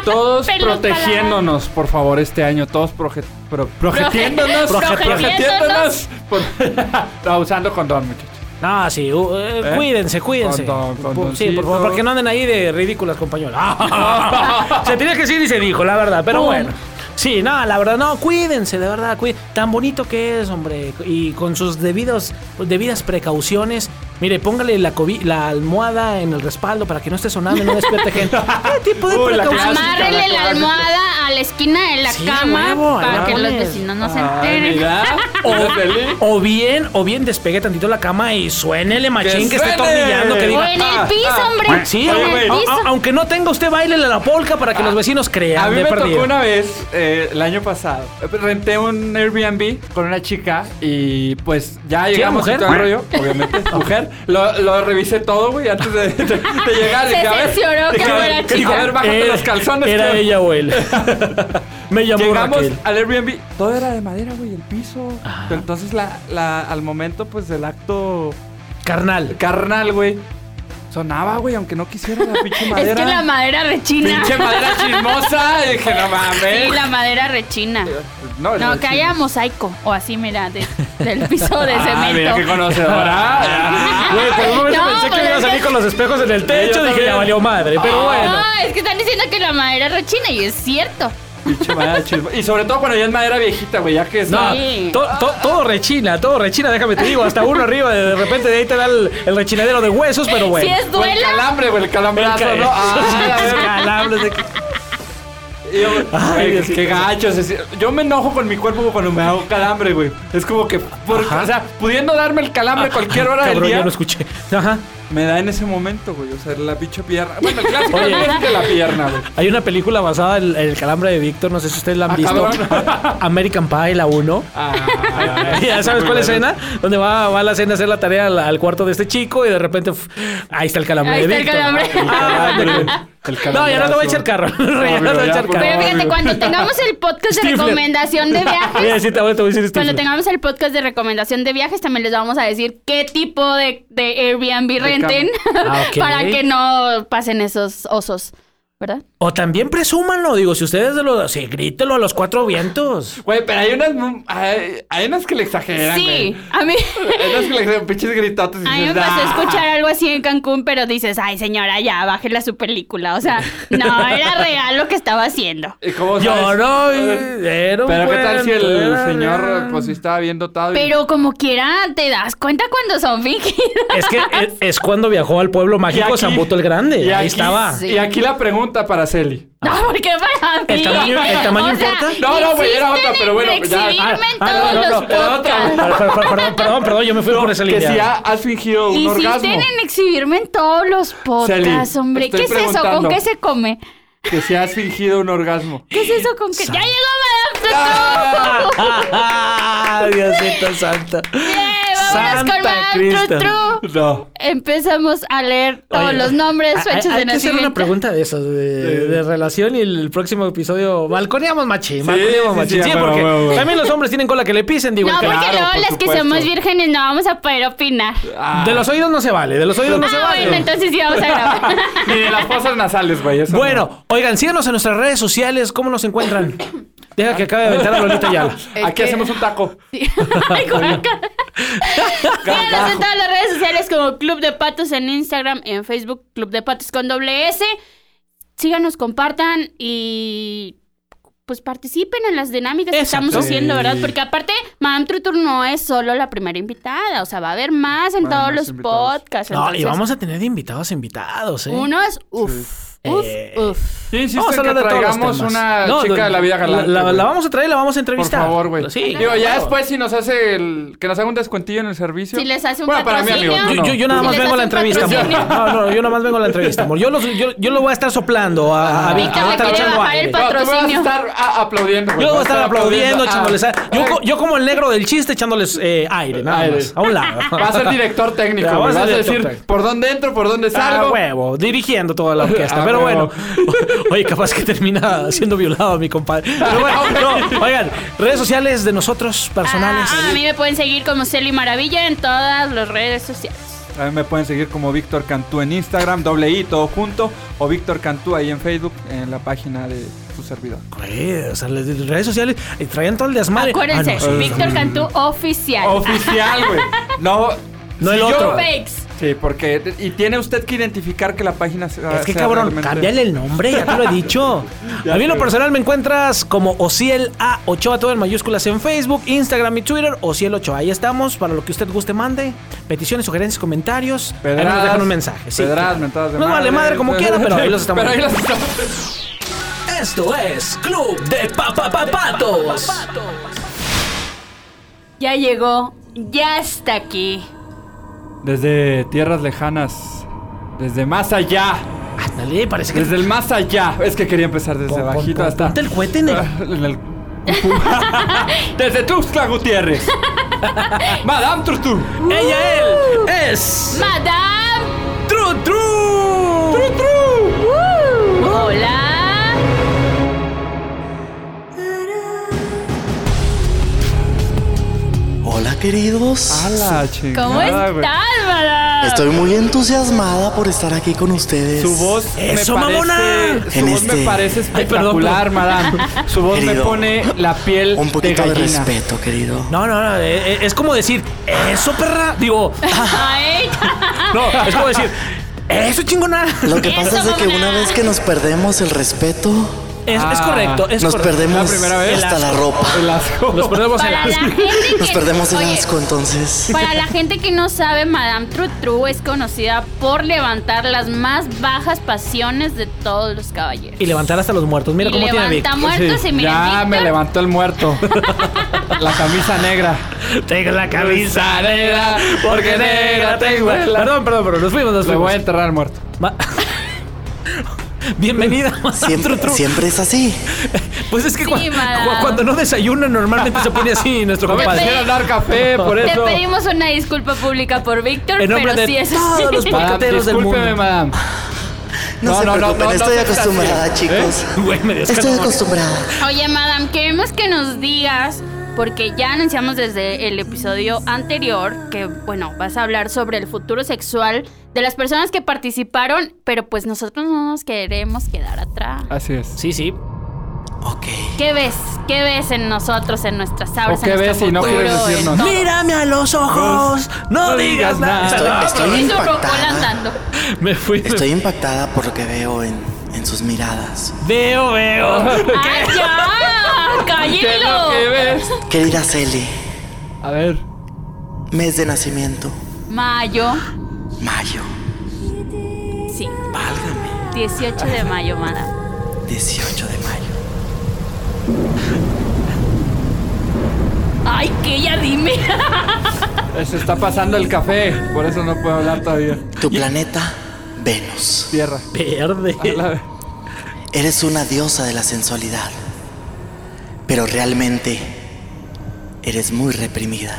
[SPEAKER 5] Todos
[SPEAKER 4] Pelos
[SPEAKER 5] protegiéndonos, por favor, este año. Todos proje, pro- progetiéndonos.
[SPEAKER 3] Proje-
[SPEAKER 5] Progetiéndonos. Por- no, usando condón, muchachos.
[SPEAKER 3] No, sí, uh, eh,
[SPEAKER 5] ¿Eh?
[SPEAKER 3] cuídense, cuídense.
[SPEAKER 5] Condón,
[SPEAKER 3] sí, por favor,
[SPEAKER 5] condoncito.
[SPEAKER 3] porque no anden ahí de ridículas, compañeras. se tenía que decir y se dijo, la verdad, pero bueno. Sí, no, la verdad, no, cuídense, de verdad, cuí- tan bonito que es, hombre, y con sus debidos, debidas precauciones. Mire, póngale la, cobi- la almohada en el respaldo para que no esté sonando y no despierte gente. ¿Qué tipo de
[SPEAKER 5] Uy, la
[SPEAKER 3] precauciones?
[SPEAKER 5] clásica.
[SPEAKER 7] Amárrele la almohada a la esquina de la
[SPEAKER 3] Sí,
[SPEAKER 7] cama
[SPEAKER 3] huevo,
[SPEAKER 7] para que los
[SPEAKER 3] almohadones.
[SPEAKER 7] vecinos no se
[SPEAKER 5] Ay,
[SPEAKER 7] enteren.
[SPEAKER 5] mira. Eres feliz.
[SPEAKER 3] O bien, o bien despegue tantito la cama y suénele machín que, esté
[SPEAKER 5] suene.
[SPEAKER 3] tornillando, que
[SPEAKER 7] O
[SPEAKER 3] diga,
[SPEAKER 7] en
[SPEAKER 5] Ah,
[SPEAKER 7] el piso,
[SPEAKER 5] ah.
[SPEAKER 7] hombre.
[SPEAKER 3] Sí,
[SPEAKER 7] o en
[SPEAKER 5] Oye,
[SPEAKER 7] el
[SPEAKER 5] güey, Ah,
[SPEAKER 3] au-
[SPEAKER 7] piso.
[SPEAKER 3] au- aunque no tenga usted baile la polca para que los vecinos crean.
[SPEAKER 5] A mí
[SPEAKER 3] de
[SPEAKER 5] me
[SPEAKER 3] Eh, perdido.
[SPEAKER 5] tocó una vez, eh, el año pasado, renté un Airbnb con una chica y pues ya llegamos
[SPEAKER 3] mujer?
[SPEAKER 5] y todo el rollo, obviamente, mujer. Lo, lo revisé todo, güey, antes de, de- de llegar.
[SPEAKER 4] Se
[SPEAKER 5] dije, a ver,
[SPEAKER 4] cercioró que
[SPEAKER 5] dije, a
[SPEAKER 4] no
[SPEAKER 5] ver,
[SPEAKER 4] era
[SPEAKER 5] dije,
[SPEAKER 4] chica.
[SPEAKER 5] A ver, bájate
[SPEAKER 3] Era-
[SPEAKER 5] los calzones.
[SPEAKER 3] Era
[SPEAKER 5] que-
[SPEAKER 3] ella o él. me llamó
[SPEAKER 5] Llegamos
[SPEAKER 3] Raquel.
[SPEAKER 5] al Airbnb, todo era de madera, güey, el piso. Pero entonces la, la- al momento, pues, del acto
[SPEAKER 3] Carnal.
[SPEAKER 5] carnal, güey, sonaba, güey, aunque no quisiera la pinche madera.
[SPEAKER 7] Es que la madera rechina.
[SPEAKER 5] ah, Pinche madera chismosa, y dije, no mames.
[SPEAKER 7] Sí, la madera rechina.
[SPEAKER 5] No,
[SPEAKER 7] No, que haya mosaico. O así, mira, de- del piso de
[SPEAKER 5] Ah, mira qué
[SPEAKER 7] cemento.
[SPEAKER 5] conocedora.
[SPEAKER 3] Ah, Güey, por un momento
[SPEAKER 7] No,
[SPEAKER 3] pensé que
[SPEAKER 7] pues
[SPEAKER 3] me iba a
[SPEAKER 7] es
[SPEAKER 3] salir
[SPEAKER 7] que-
[SPEAKER 3] con los espejos en el techo. Dije,
[SPEAKER 5] yo también. Ah,
[SPEAKER 3] ya valió madre. Pero bueno.
[SPEAKER 7] No, es que están diciendo que la madera rechina y es cierto.
[SPEAKER 5] Pinche madera chismosa. Y sobre todo cuando ya es madera viejita, güey, ya que es.
[SPEAKER 3] No,
[SPEAKER 7] Sí.
[SPEAKER 3] to- to- todo rechina, todo rechina, déjame te digo, hasta uno arriba, de repente de ahí te da el, el rechinadero de huesos, pero bueno.
[SPEAKER 4] Si es
[SPEAKER 5] Güey, el
[SPEAKER 4] duela,
[SPEAKER 5] calambre, güey, el calambrazo,
[SPEAKER 3] El
[SPEAKER 5] ¿no?
[SPEAKER 3] ca-
[SPEAKER 5] Ah, la
[SPEAKER 3] Los calambres
[SPEAKER 5] verga.
[SPEAKER 3] de-
[SPEAKER 5] Y yo, güey,
[SPEAKER 3] Diosito.
[SPEAKER 5] qué gacho. se siente. Yo me enojo con mi cuerpo cuando me hago calambre, güey. Es como que, por- o sea, pudiendo darme el calambre cualquier hora del
[SPEAKER 3] Ah, Cabrón,
[SPEAKER 5] día.
[SPEAKER 3] ya lo escuché. Ajá.
[SPEAKER 5] me da en ese momento, güey. O sea, la pinche pierna. Bueno, clásico es que la pierna, güey.
[SPEAKER 3] Hay una película basada en el calambre de Víctor, no sé si ustedes la han
[SPEAKER 5] Ah,
[SPEAKER 3] visto.
[SPEAKER 5] cabrón.
[SPEAKER 3] American Pie, la 1.
[SPEAKER 5] Ah,
[SPEAKER 3] ya sabes cuál escena, donde va, va la cena a hacer la tarea al, al cuarto de este chico y de repente f- ahí está el calambre
[SPEAKER 8] Ahí
[SPEAKER 3] de
[SPEAKER 8] está el
[SPEAKER 3] Víctor.
[SPEAKER 8] calambre.
[SPEAKER 3] Ah, ándale.
[SPEAKER 5] El calambre, el
[SPEAKER 3] No, ya no le voy a echar carro. ya no le voy a
[SPEAKER 5] ya, pues,
[SPEAKER 3] echar
[SPEAKER 5] por
[SPEAKER 3] carro.
[SPEAKER 4] Pero
[SPEAKER 5] favor.
[SPEAKER 4] fíjate, cuando tengamos el podcast de
[SPEAKER 3] Stifler.
[SPEAKER 4] recomendación de
[SPEAKER 3] Voy a
[SPEAKER 4] viajes,
[SPEAKER 3] decirte, ahora te voy a decir esto.
[SPEAKER 4] cuando tengamos el podcast de recomendación de viajes, también les vamos a decir qué tipo de, de Airbnb renten
[SPEAKER 3] Ah, ok.
[SPEAKER 4] para que no pasen esos osos, ¿verdad?
[SPEAKER 3] O también presúmanlo, digo, si ustedes de los. Sí, grítelo a los cuatro vientos.
[SPEAKER 5] Güey, pero hay unas. mu- Hay, hay unas que le exageran,
[SPEAKER 4] Sí,
[SPEAKER 5] güey.
[SPEAKER 4] a mí,
[SPEAKER 5] Hay unas que le exageran, pinches gritotes. y
[SPEAKER 4] a mí me
[SPEAKER 5] dices,
[SPEAKER 4] pasó a
[SPEAKER 5] "Ah".
[SPEAKER 4] escuchar algo así en Cancún, pero dices, ay señora, ya, bájela su película. O sea, no, era real lo que estaba haciendo.
[SPEAKER 5] ¿Y cómo
[SPEAKER 3] Yo
[SPEAKER 5] sabes?
[SPEAKER 3] no. eh, era un
[SPEAKER 5] Pero qué tal si
[SPEAKER 3] cuento,
[SPEAKER 5] el
[SPEAKER 3] era-
[SPEAKER 5] señor, pues sí estaba bien dotado. y-
[SPEAKER 4] Pero como quiera, te das cuenta cuando son fingidos.
[SPEAKER 3] Es que es, es cuando viajó al pueblo
[SPEAKER 5] Y
[SPEAKER 3] mágico
[SPEAKER 5] aquí-
[SPEAKER 3] Zambuto el Grande.
[SPEAKER 5] y
[SPEAKER 3] Ahí
[SPEAKER 5] aquí-
[SPEAKER 3] estaba.
[SPEAKER 5] Y aquí la pregunta para Celi.
[SPEAKER 4] No, porque para mí.
[SPEAKER 3] ¿El tamaño- el tamaño importa?
[SPEAKER 5] No, no, güey,
[SPEAKER 4] insisten
[SPEAKER 5] era otra,
[SPEAKER 4] en
[SPEAKER 5] pero bueno, ya.
[SPEAKER 4] exhibirme en
[SPEAKER 3] Ah,
[SPEAKER 4] todos los
[SPEAKER 5] era otra,
[SPEAKER 4] podcasts.
[SPEAKER 3] Perdón, perdón, perdón, perdón, perdón, yo me fui por esa
[SPEAKER 5] Que
[SPEAKER 3] línea.
[SPEAKER 5] si ha- has fingido un
[SPEAKER 4] Insisten
[SPEAKER 5] orgasmo.
[SPEAKER 4] en exhibirme en todos los podcasts,
[SPEAKER 5] Celi,
[SPEAKER 4] hombre.
[SPEAKER 5] estoy
[SPEAKER 4] ¿Qué es eso? ¿Con
[SPEAKER 5] preguntando.
[SPEAKER 4] qué se come?
[SPEAKER 5] Que si has fingido un orgasmo.
[SPEAKER 4] ¿Qué es eso con qué? ¡Ya llegó
[SPEAKER 5] Ah.
[SPEAKER 4] Madame Tutru!
[SPEAKER 3] Ah, Diosito santo.
[SPEAKER 4] Vámonos con Madame
[SPEAKER 3] Cristo.
[SPEAKER 4] Tutru.
[SPEAKER 5] No.
[SPEAKER 4] Empezamos a leer todos
[SPEAKER 3] Oye,
[SPEAKER 4] los nombres,
[SPEAKER 3] hay-
[SPEAKER 4] fechas
[SPEAKER 3] hay que
[SPEAKER 4] de
[SPEAKER 3] hacer una
[SPEAKER 4] nacimiento.
[SPEAKER 3] pregunta de esas, de, de relación y el próximo episodio. Balconeamos machi,
[SPEAKER 5] sí,
[SPEAKER 3] balconeamos
[SPEAKER 5] sí,
[SPEAKER 3] machi. Sí,
[SPEAKER 5] a huevo,
[SPEAKER 3] porque
[SPEAKER 5] a huevo.
[SPEAKER 3] también los hombres tienen cola que le pisen, digo.
[SPEAKER 4] No,
[SPEAKER 3] que-
[SPEAKER 4] porque
[SPEAKER 5] Claro,
[SPEAKER 4] luego
[SPEAKER 5] por
[SPEAKER 4] las que
[SPEAKER 5] supuesto.
[SPEAKER 4] somos vírgenes no vamos a poder opinar.
[SPEAKER 5] Ah.
[SPEAKER 3] De los oídos no se vale, de los oídos no Pues se
[SPEAKER 4] Ah,
[SPEAKER 3] vale.
[SPEAKER 4] bueno, entonces sí vamos a grabar.
[SPEAKER 5] Ah, Ni de las fosas nasales, güey. eso
[SPEAKER 3] Bueno, oigan, síganos en nuestras redes sociales. ¿Cómo nos encuentran? Deja que acabe de aventar a Lolita Yala.
[SPEAKER 5] no. Aquí hacemos un taco.
[SPEAKER 4] Ay, guaca. Síganos en todas las redes sociales como Club de Patos en Instagram, en Facebook, Club de Patos con doble S. Síganos, compartan y pues participen en las dinámicas
[SPEAKER 3] Exacto.
[SPEAKER 4] que estamos haciendo,
[SPEAKER 5] Sí.
[SPEAKER 4] ¿verdad? Porque aparte, Madame Trutur no es solo la primera invitada, o sea, va a haber más en
[SPEAKER 5] Va a
[SPEAKER 4] todos
[SPEAKER 5] haber más
[SPEAKER 4] los
[SPEAKER 5] invitados.
[SPEAKER 4] podcasts.
[SPEAKER 3] No, y
[SPEAKER 4] entonces,
[SPEAKER 3] vamos a tener de invitados invitados, ¿eh?
[SPEAKER 4] Unos, uff, uff,
[SPEAKER 3] Eh,
[SPEAKER 4] uff.
[SPEAKER 5] Yo insisto
[SPEAKER 3] Vamos a
[SPEAKER 5] en
[SPEAKER 3] hablar
[SPEAKER 5] que
[SPEAKER 3] de todos los
[SPEAKER 5] traigamos
[SPEAKER 3] temas.
[SPEAKER 5] una
[SPEAKER 3] No,
[SPEAKER 5] chica
[SPEAKER 3] no,
[SPEAKER 5] de la vida galante.
[SPEAKER 3] La, la-
[SPEAKER 5] güey.
[SPEAKER 3] la vamos a traer, la vamos a
[SPEAKER 5] Por
[SPEAKER 3] entrevistar.
[SPEAKER 5] favor, güey.
[SPEAKER 3] Sí.
[SPEAKER 5] Digo,
[SPEAKER 3] por
[SPEAKER 5] ya
[SPEAKER 3] favor.
[SPEAKER 5] después si nos hace el... Que nos haga un descuentillo en el servicio.
[SPEAKER 4] Si les hace un
[SPEAKER 5] Bueno, para mí, amigo.
[SPEAKER 4] patrocinio.
[SPEAKER 5] tú
[SPEAKER 3] Yo,
[SPEAKER 5] no.
[SPEAKER 3] yo- yo nada
[SPEAKER 4] Si
[SPEAKER 3] más
[SPEAKER 4] les
[SPEAKER 3] vengo a la
[SPEAKER 4] hace un
[SPEAKER 3] entrevista, amor.
[SPEAKER 4] patrocinio.
[SPEAKER 3] No, no, yo nada más vengo a la entrevista, amor. Yo, los, yo, yo lo voy a estar soplando a, a Vic,
[SPEAKER 4] Ahorita
[SPEAKER 3] le voy a
[SPEAKER 4] me
[SPEAKER 3] estar
[SPEAKER 4] quiere
[SPEAKER 3] echando
[SPEAKER 4] bajar el
[SPEAKER 3] aire.
[SPEAKER 5] No, tú me vas a
[SPEAKER 4] patrocinio.
[SPEAKER 5] estar a- aplaudiendo,
[SPEAKER 3] Yo
[SPEAKER 5] güey.
[SPEAKER 3] voy a
[SPEAKER 5] Vas
[SPEAKER 3] estar aplaudiendo,
[SPEAKER 5] ah,
[SPEAKER 3] chingoles. Yo,
[SPEAKER 5] eh,
[SPEAKER 3] co- yo como el negro del chiste echándoles eh, aire, nada
[SPEAKER 5] Aire.
[SPEAKER 3] más. A un lado.
[SPEAKER 5] Va a ser director técnico,
[SPEAKER 3] Ya,
[SPEAKER 5] güey.
[SPEAKER 3] vas a
[SPEAKER 5] Vas a
[SPEAKER 3] ser
[SPEAKER 5] decir
[SPEAKER 3] director técnico.
[SPEAKER 5] por dónde entro, por dónde
[SPEAKER 3] Ah,
[SPEAKER 5] salgo.
[SPEAKER 3] huevo, dirigiendo toda la orquesta.
[SPEAKER 5] Ah,
[SPEAKER 3] pero
[SPEAKER 5] huevo.
[SPEAKER 3] bueno, oye, capaz que termina siendo violado mi compadre. Pero bueno, no, oigan, redes sociales de nosotros, personales.
[SPEAKER 4] Ah, a mí me pueden seguir como Celi Maravilla en todas las redes sociales.
[SPEAKER 5] A mí me pueden seguir como Víctor Cantú en Instagram, doble I, todo junto. O Víctor Cantú ahí en Facebook, en la página de su servidor.
[SPEAKER 3] Güey, o sea, las redes sociales eh, traían todo el desmadre.
[SPEAKER 4] Acuérdense,
[SPEAKER 3] Ah, no, sí.
[SPEAKER 4] Víctor Cantú oficial.
[SPEAKER 5] Oficial, güey. No,
[SPEAKER 3] No el
[SPEAKER 5] yo-
[SPEAKER 3] otro.
[SPEAKER 4] Fakes.
[SPEAKER 5] Sí, porque. Y tiene usted que identificar que la página sea.
[SPEAKER 3] Es que
[SPEAKER 5] Ah, sea
[SPEAKER 3] cabrón,
[SPEAKER 5] realmente-
[SPEAKER 3] cámbiale el nombre, ya te lo he dicho. A mí en lo personal me encuentras como Ociel A Ochoa, todo en mayúsculas en Facebook, Instagram y Twitter, Ociel Ochoa. Ahí estamos, para lo que usted guste, mande. Peticiones, sugerencias, comentarios. Ahí
[SPEAKER 5] Pedradas.
[SPEAKER 3] nos dejan un mensaje. sí,
[SPEAKER 5] pedradas,
[SPEAKER 3] claro.
[SPEAKER 5] mentadas de
[SPEAKER 3] Nos vale madre como quiera, pero ahí los estamos.
[SPEAKER 5] Pero ahí los estamos.
[SPEAKER 9] Esto es Club de Papapapatos.
[SPEAKER 4] Ah, Ya llegó, ya está aquí.
[SPEAKER 5] Desde tierras lejanas. Desde más allá.
[SPEAKER 3] Ándale, parece que.
[SPEAKER 5] Desde el más allá. Es que quería empezar desde
[SPEAKER 3] Pon- pon-
[SPEAKER 5] bajito
[SPEAKER 3] pon-
[SPEAKER 5] hasta.
[SPEAKER 3] ponte el cohete en el-
[SPEAKER 5] En el- desde Tuxtla Gutiérrez. Madame Trutur.
[SPEAKER 3] Ella, él, es.
[SPEAKER 4] Madame.
[SPEAKER 3] Tru, tru. Uh,
[SPEAKER 4] Hola.
[SPEAKER 2] Hola queridos.
[SPEAKER 5] ¡Hala, chingada,
[SPEAKER 4] ¿Cómo estás,
[SPEAKER 5] güey.
[SPEAKER 4] Madame?
[SPEAKER 2] Estoy muy entusiasmada por estar aquí con ustedes.
[SPEAKER 5] Su voz
[SPEAKER 3] ¡Eso,
[SPEAKER 5] me parece,
[SPEAKER 3] mamona!
[SPEAKER 5] Su
[SPEAKER 2] En
[SPEAKER 5] voz me
[SPEAKER 2] este-
[SPEAKER 5] parece
[SPEAKER 3] Ay, perdón,
[SPEAKER 5] espectacular, madame. Su voz me
[SPEAKER 2] Querido,
[SPEAKER 5] pone la piel
[SPEAKER 2] Un poquito
[SPEAKER 5] de
[SPEAKER 2] de,
[SPEAKER 5] gallina.
[SPEAKER 2] respeto, querido.
[SPEAKER 3] No, no, no. eh, eh, Es como decir, eso, perra. Digo,
[SPEAKER 4] Ay,
[SPEAKER 3] no, es como
[SPEAKER 5] "Eh,
[SPEAKER 3] decir, eso, chingona.
[SPEAKER 2] Lo que
[SPEAKER 4] Eso,
[SPEAKER 2] pasa es de que
[SPEAKER 4] mamá.
[SPEAKER 2] una vez que nos perdemos el respeto,
[SPEAKER 3] Es, es
[SPEAKER 5] Ah,
[SPEAKER 3] correcto, es
[SPEAKER 2] Nos
[SPEAKER 3] correcto.
[SPEAKER 2] perdemos
[SPEAKER 5] La primera vez.
[SPEAKER 2] hasta la ropa.
[SPEAKER 5] El asco.
[SPEAKER 3] Nos perdemos en
[SPEAKER 4] Para la gente que-
[SPEAKER 2] Nos perdemos el
[SPEAKER 4] Oye,
[SPEAKER 2] asco entonces.
[SPEAKER 4] Para la gente que no sabe, Madame Trutru es conocida por levantar las más bajas pasiones de todos los caballeros.
[SPEAKER 3] Y levantar hasta los muertos. Mira
[SPEAKER 4] Y
[SPEAKER 3] cómo tiene Vic.
[SPEAKER 4] levanta muertos
[SPEAKER 5] Sí,
[SPEAKER 4] y miren,
[SPEAKER 5] ya
[SPEAKER 4] Víctor,
[SPEAKER 5] me levantó el muerto. la camisa negra.
[SPEAKER 3] Tengo la
[SPEAKER 5] Camisa negra, porque negra tengo el-
[SPEAKER 3] Perdón, perdón, perdón. Nos fuimos, nos
[SPEAKER 5] Le
[SPEAKER 3] fuimos.
[SPEAKER 5] voy a enterrar al muerto.
[SPEAKER 3] Ma- Bienvenida, Madame
[SPEAKER 2] Siempre,
[SPEAKER 3] Trutru.
[SPEAKER 2] siempre es así.
[SPEAKER 3] Pues es que
[SPEAKER 4] Sí,
[SPEAKER 3] cua- cu-
[SPEAKER 4] Madame.
[SPEAKER 3] cuando, no desayuna normalmente se pone así nuestro
[SPEAKER 5] No me
[SPEAKER 3] compadre.
[SPEAKER 5] quisieron dar café, por
[SPEAKER 4] Te
[SPEAKER 5] eso.
[SPEAKER 4] pedimos una disculpa pública por Víctor,
[SPEAKER 3] En nombre
[SPEAKER 4] pero
[SPEAKER 3] de
[SPEAKER 4] sí es así.
[SPEAKER 3] todos los
[SPEAKER 5] Madame,
[SPEAKER 3] pacateros del
[SPEAKER 5] discúlpeme,
[SPEAKER 3] mundo.
[SPEAKER 5] madame.
[SPEAKER 2] No,
[SPEAKER 5] No,
[SPEAKER 2] se
[SPEAKER 5] no, no,
[SPEAKER 2] preocupen,
[SPEAKER 5] no, ¿Eh? no
[SPEAKER 2] estoy
[SPEAKER 5] seas así.
[SPEAKER 2] acostumbrada, chicos.
[SPEAKER 3] Güey, me dio
[SPEAKER 2] Estoy
[SPEAKER 3] escalofrío.
[SPEAKER 2] acostumbrada.
[SPEAKER 4] Oye, Madame, queremos que nos digas, porque ya anunciamos desde el episodio anterior que, bueno, vas a hablar sobre el futuro sexual de las personas que participaron, pero pues nosotros no nos queremos quedar atrás.
[SPEAKER 5] Así es.
[SPEAKER 3] Sí, sí.
[SPEAKER 2] Ok.
[SPEAKER 4] ¿Qué ves? ¿Qué ves en nosotros, en nuestras sabras,
[SPEAKER 5] ¿O qué
[SPEAKER 4] en nuestro
[SPEAKER 5] ves y no
[SPEAKER 4] futuro,
[SPEAKER 5] quieres
[SPEAKER 4] en
[SPEAKER 5] decirnos?
[SPEAKER 4] todo?
[SPEAKER 3] Mírame a los ojos, Pues, no, digas nada.
[SPEAKER 2] Estoy,
[SPEAKER 4] Por
[SPEAKER 2] estoy
[SPEAKER 4] Ah. eso Rocol
[SPEAKER 2] impactada.
[SPEAKER 4] andando.
[SPEAKER 3] Me fui.
[SPEAKER 2] Estoy impactada por lo que veo en, en sus miradas.
[SPEAKER 3] Veo, veo.
[SPEAKER 4] ¡Ay, ya!
[SPEAKER 5] ¿Qué es lo que
[SPEAKER 4] ¡Cállenlo!
[SPEAKER 5] ves?
[SPEAKER 2] Querida Celi,
[SPEAKER 5] A ver.
[SPEAKER 2] mes de nacimiento,
[SPEAKER 4] Mayo,
[SPEAKER 2] mayo
[SPEAKER 4] sí. 18 de mayo, madame.
[SPEAKER 2] 18 de mayo.
[SPEAKER 4] Ay, que ya dime.
[SPEAKER 5] Se está pasando el café, por eso no puedo hablar todavía.
[SPEAKER 2] Tu planeta, Venus.
[SPEAKER 5] Tierra.
[SPEAKER 3] Verde.
[SPEAKER 5] La-
[SPEAKER 2] Eres una diosa de la sensualidad. Pero realmente eres muy reprimida.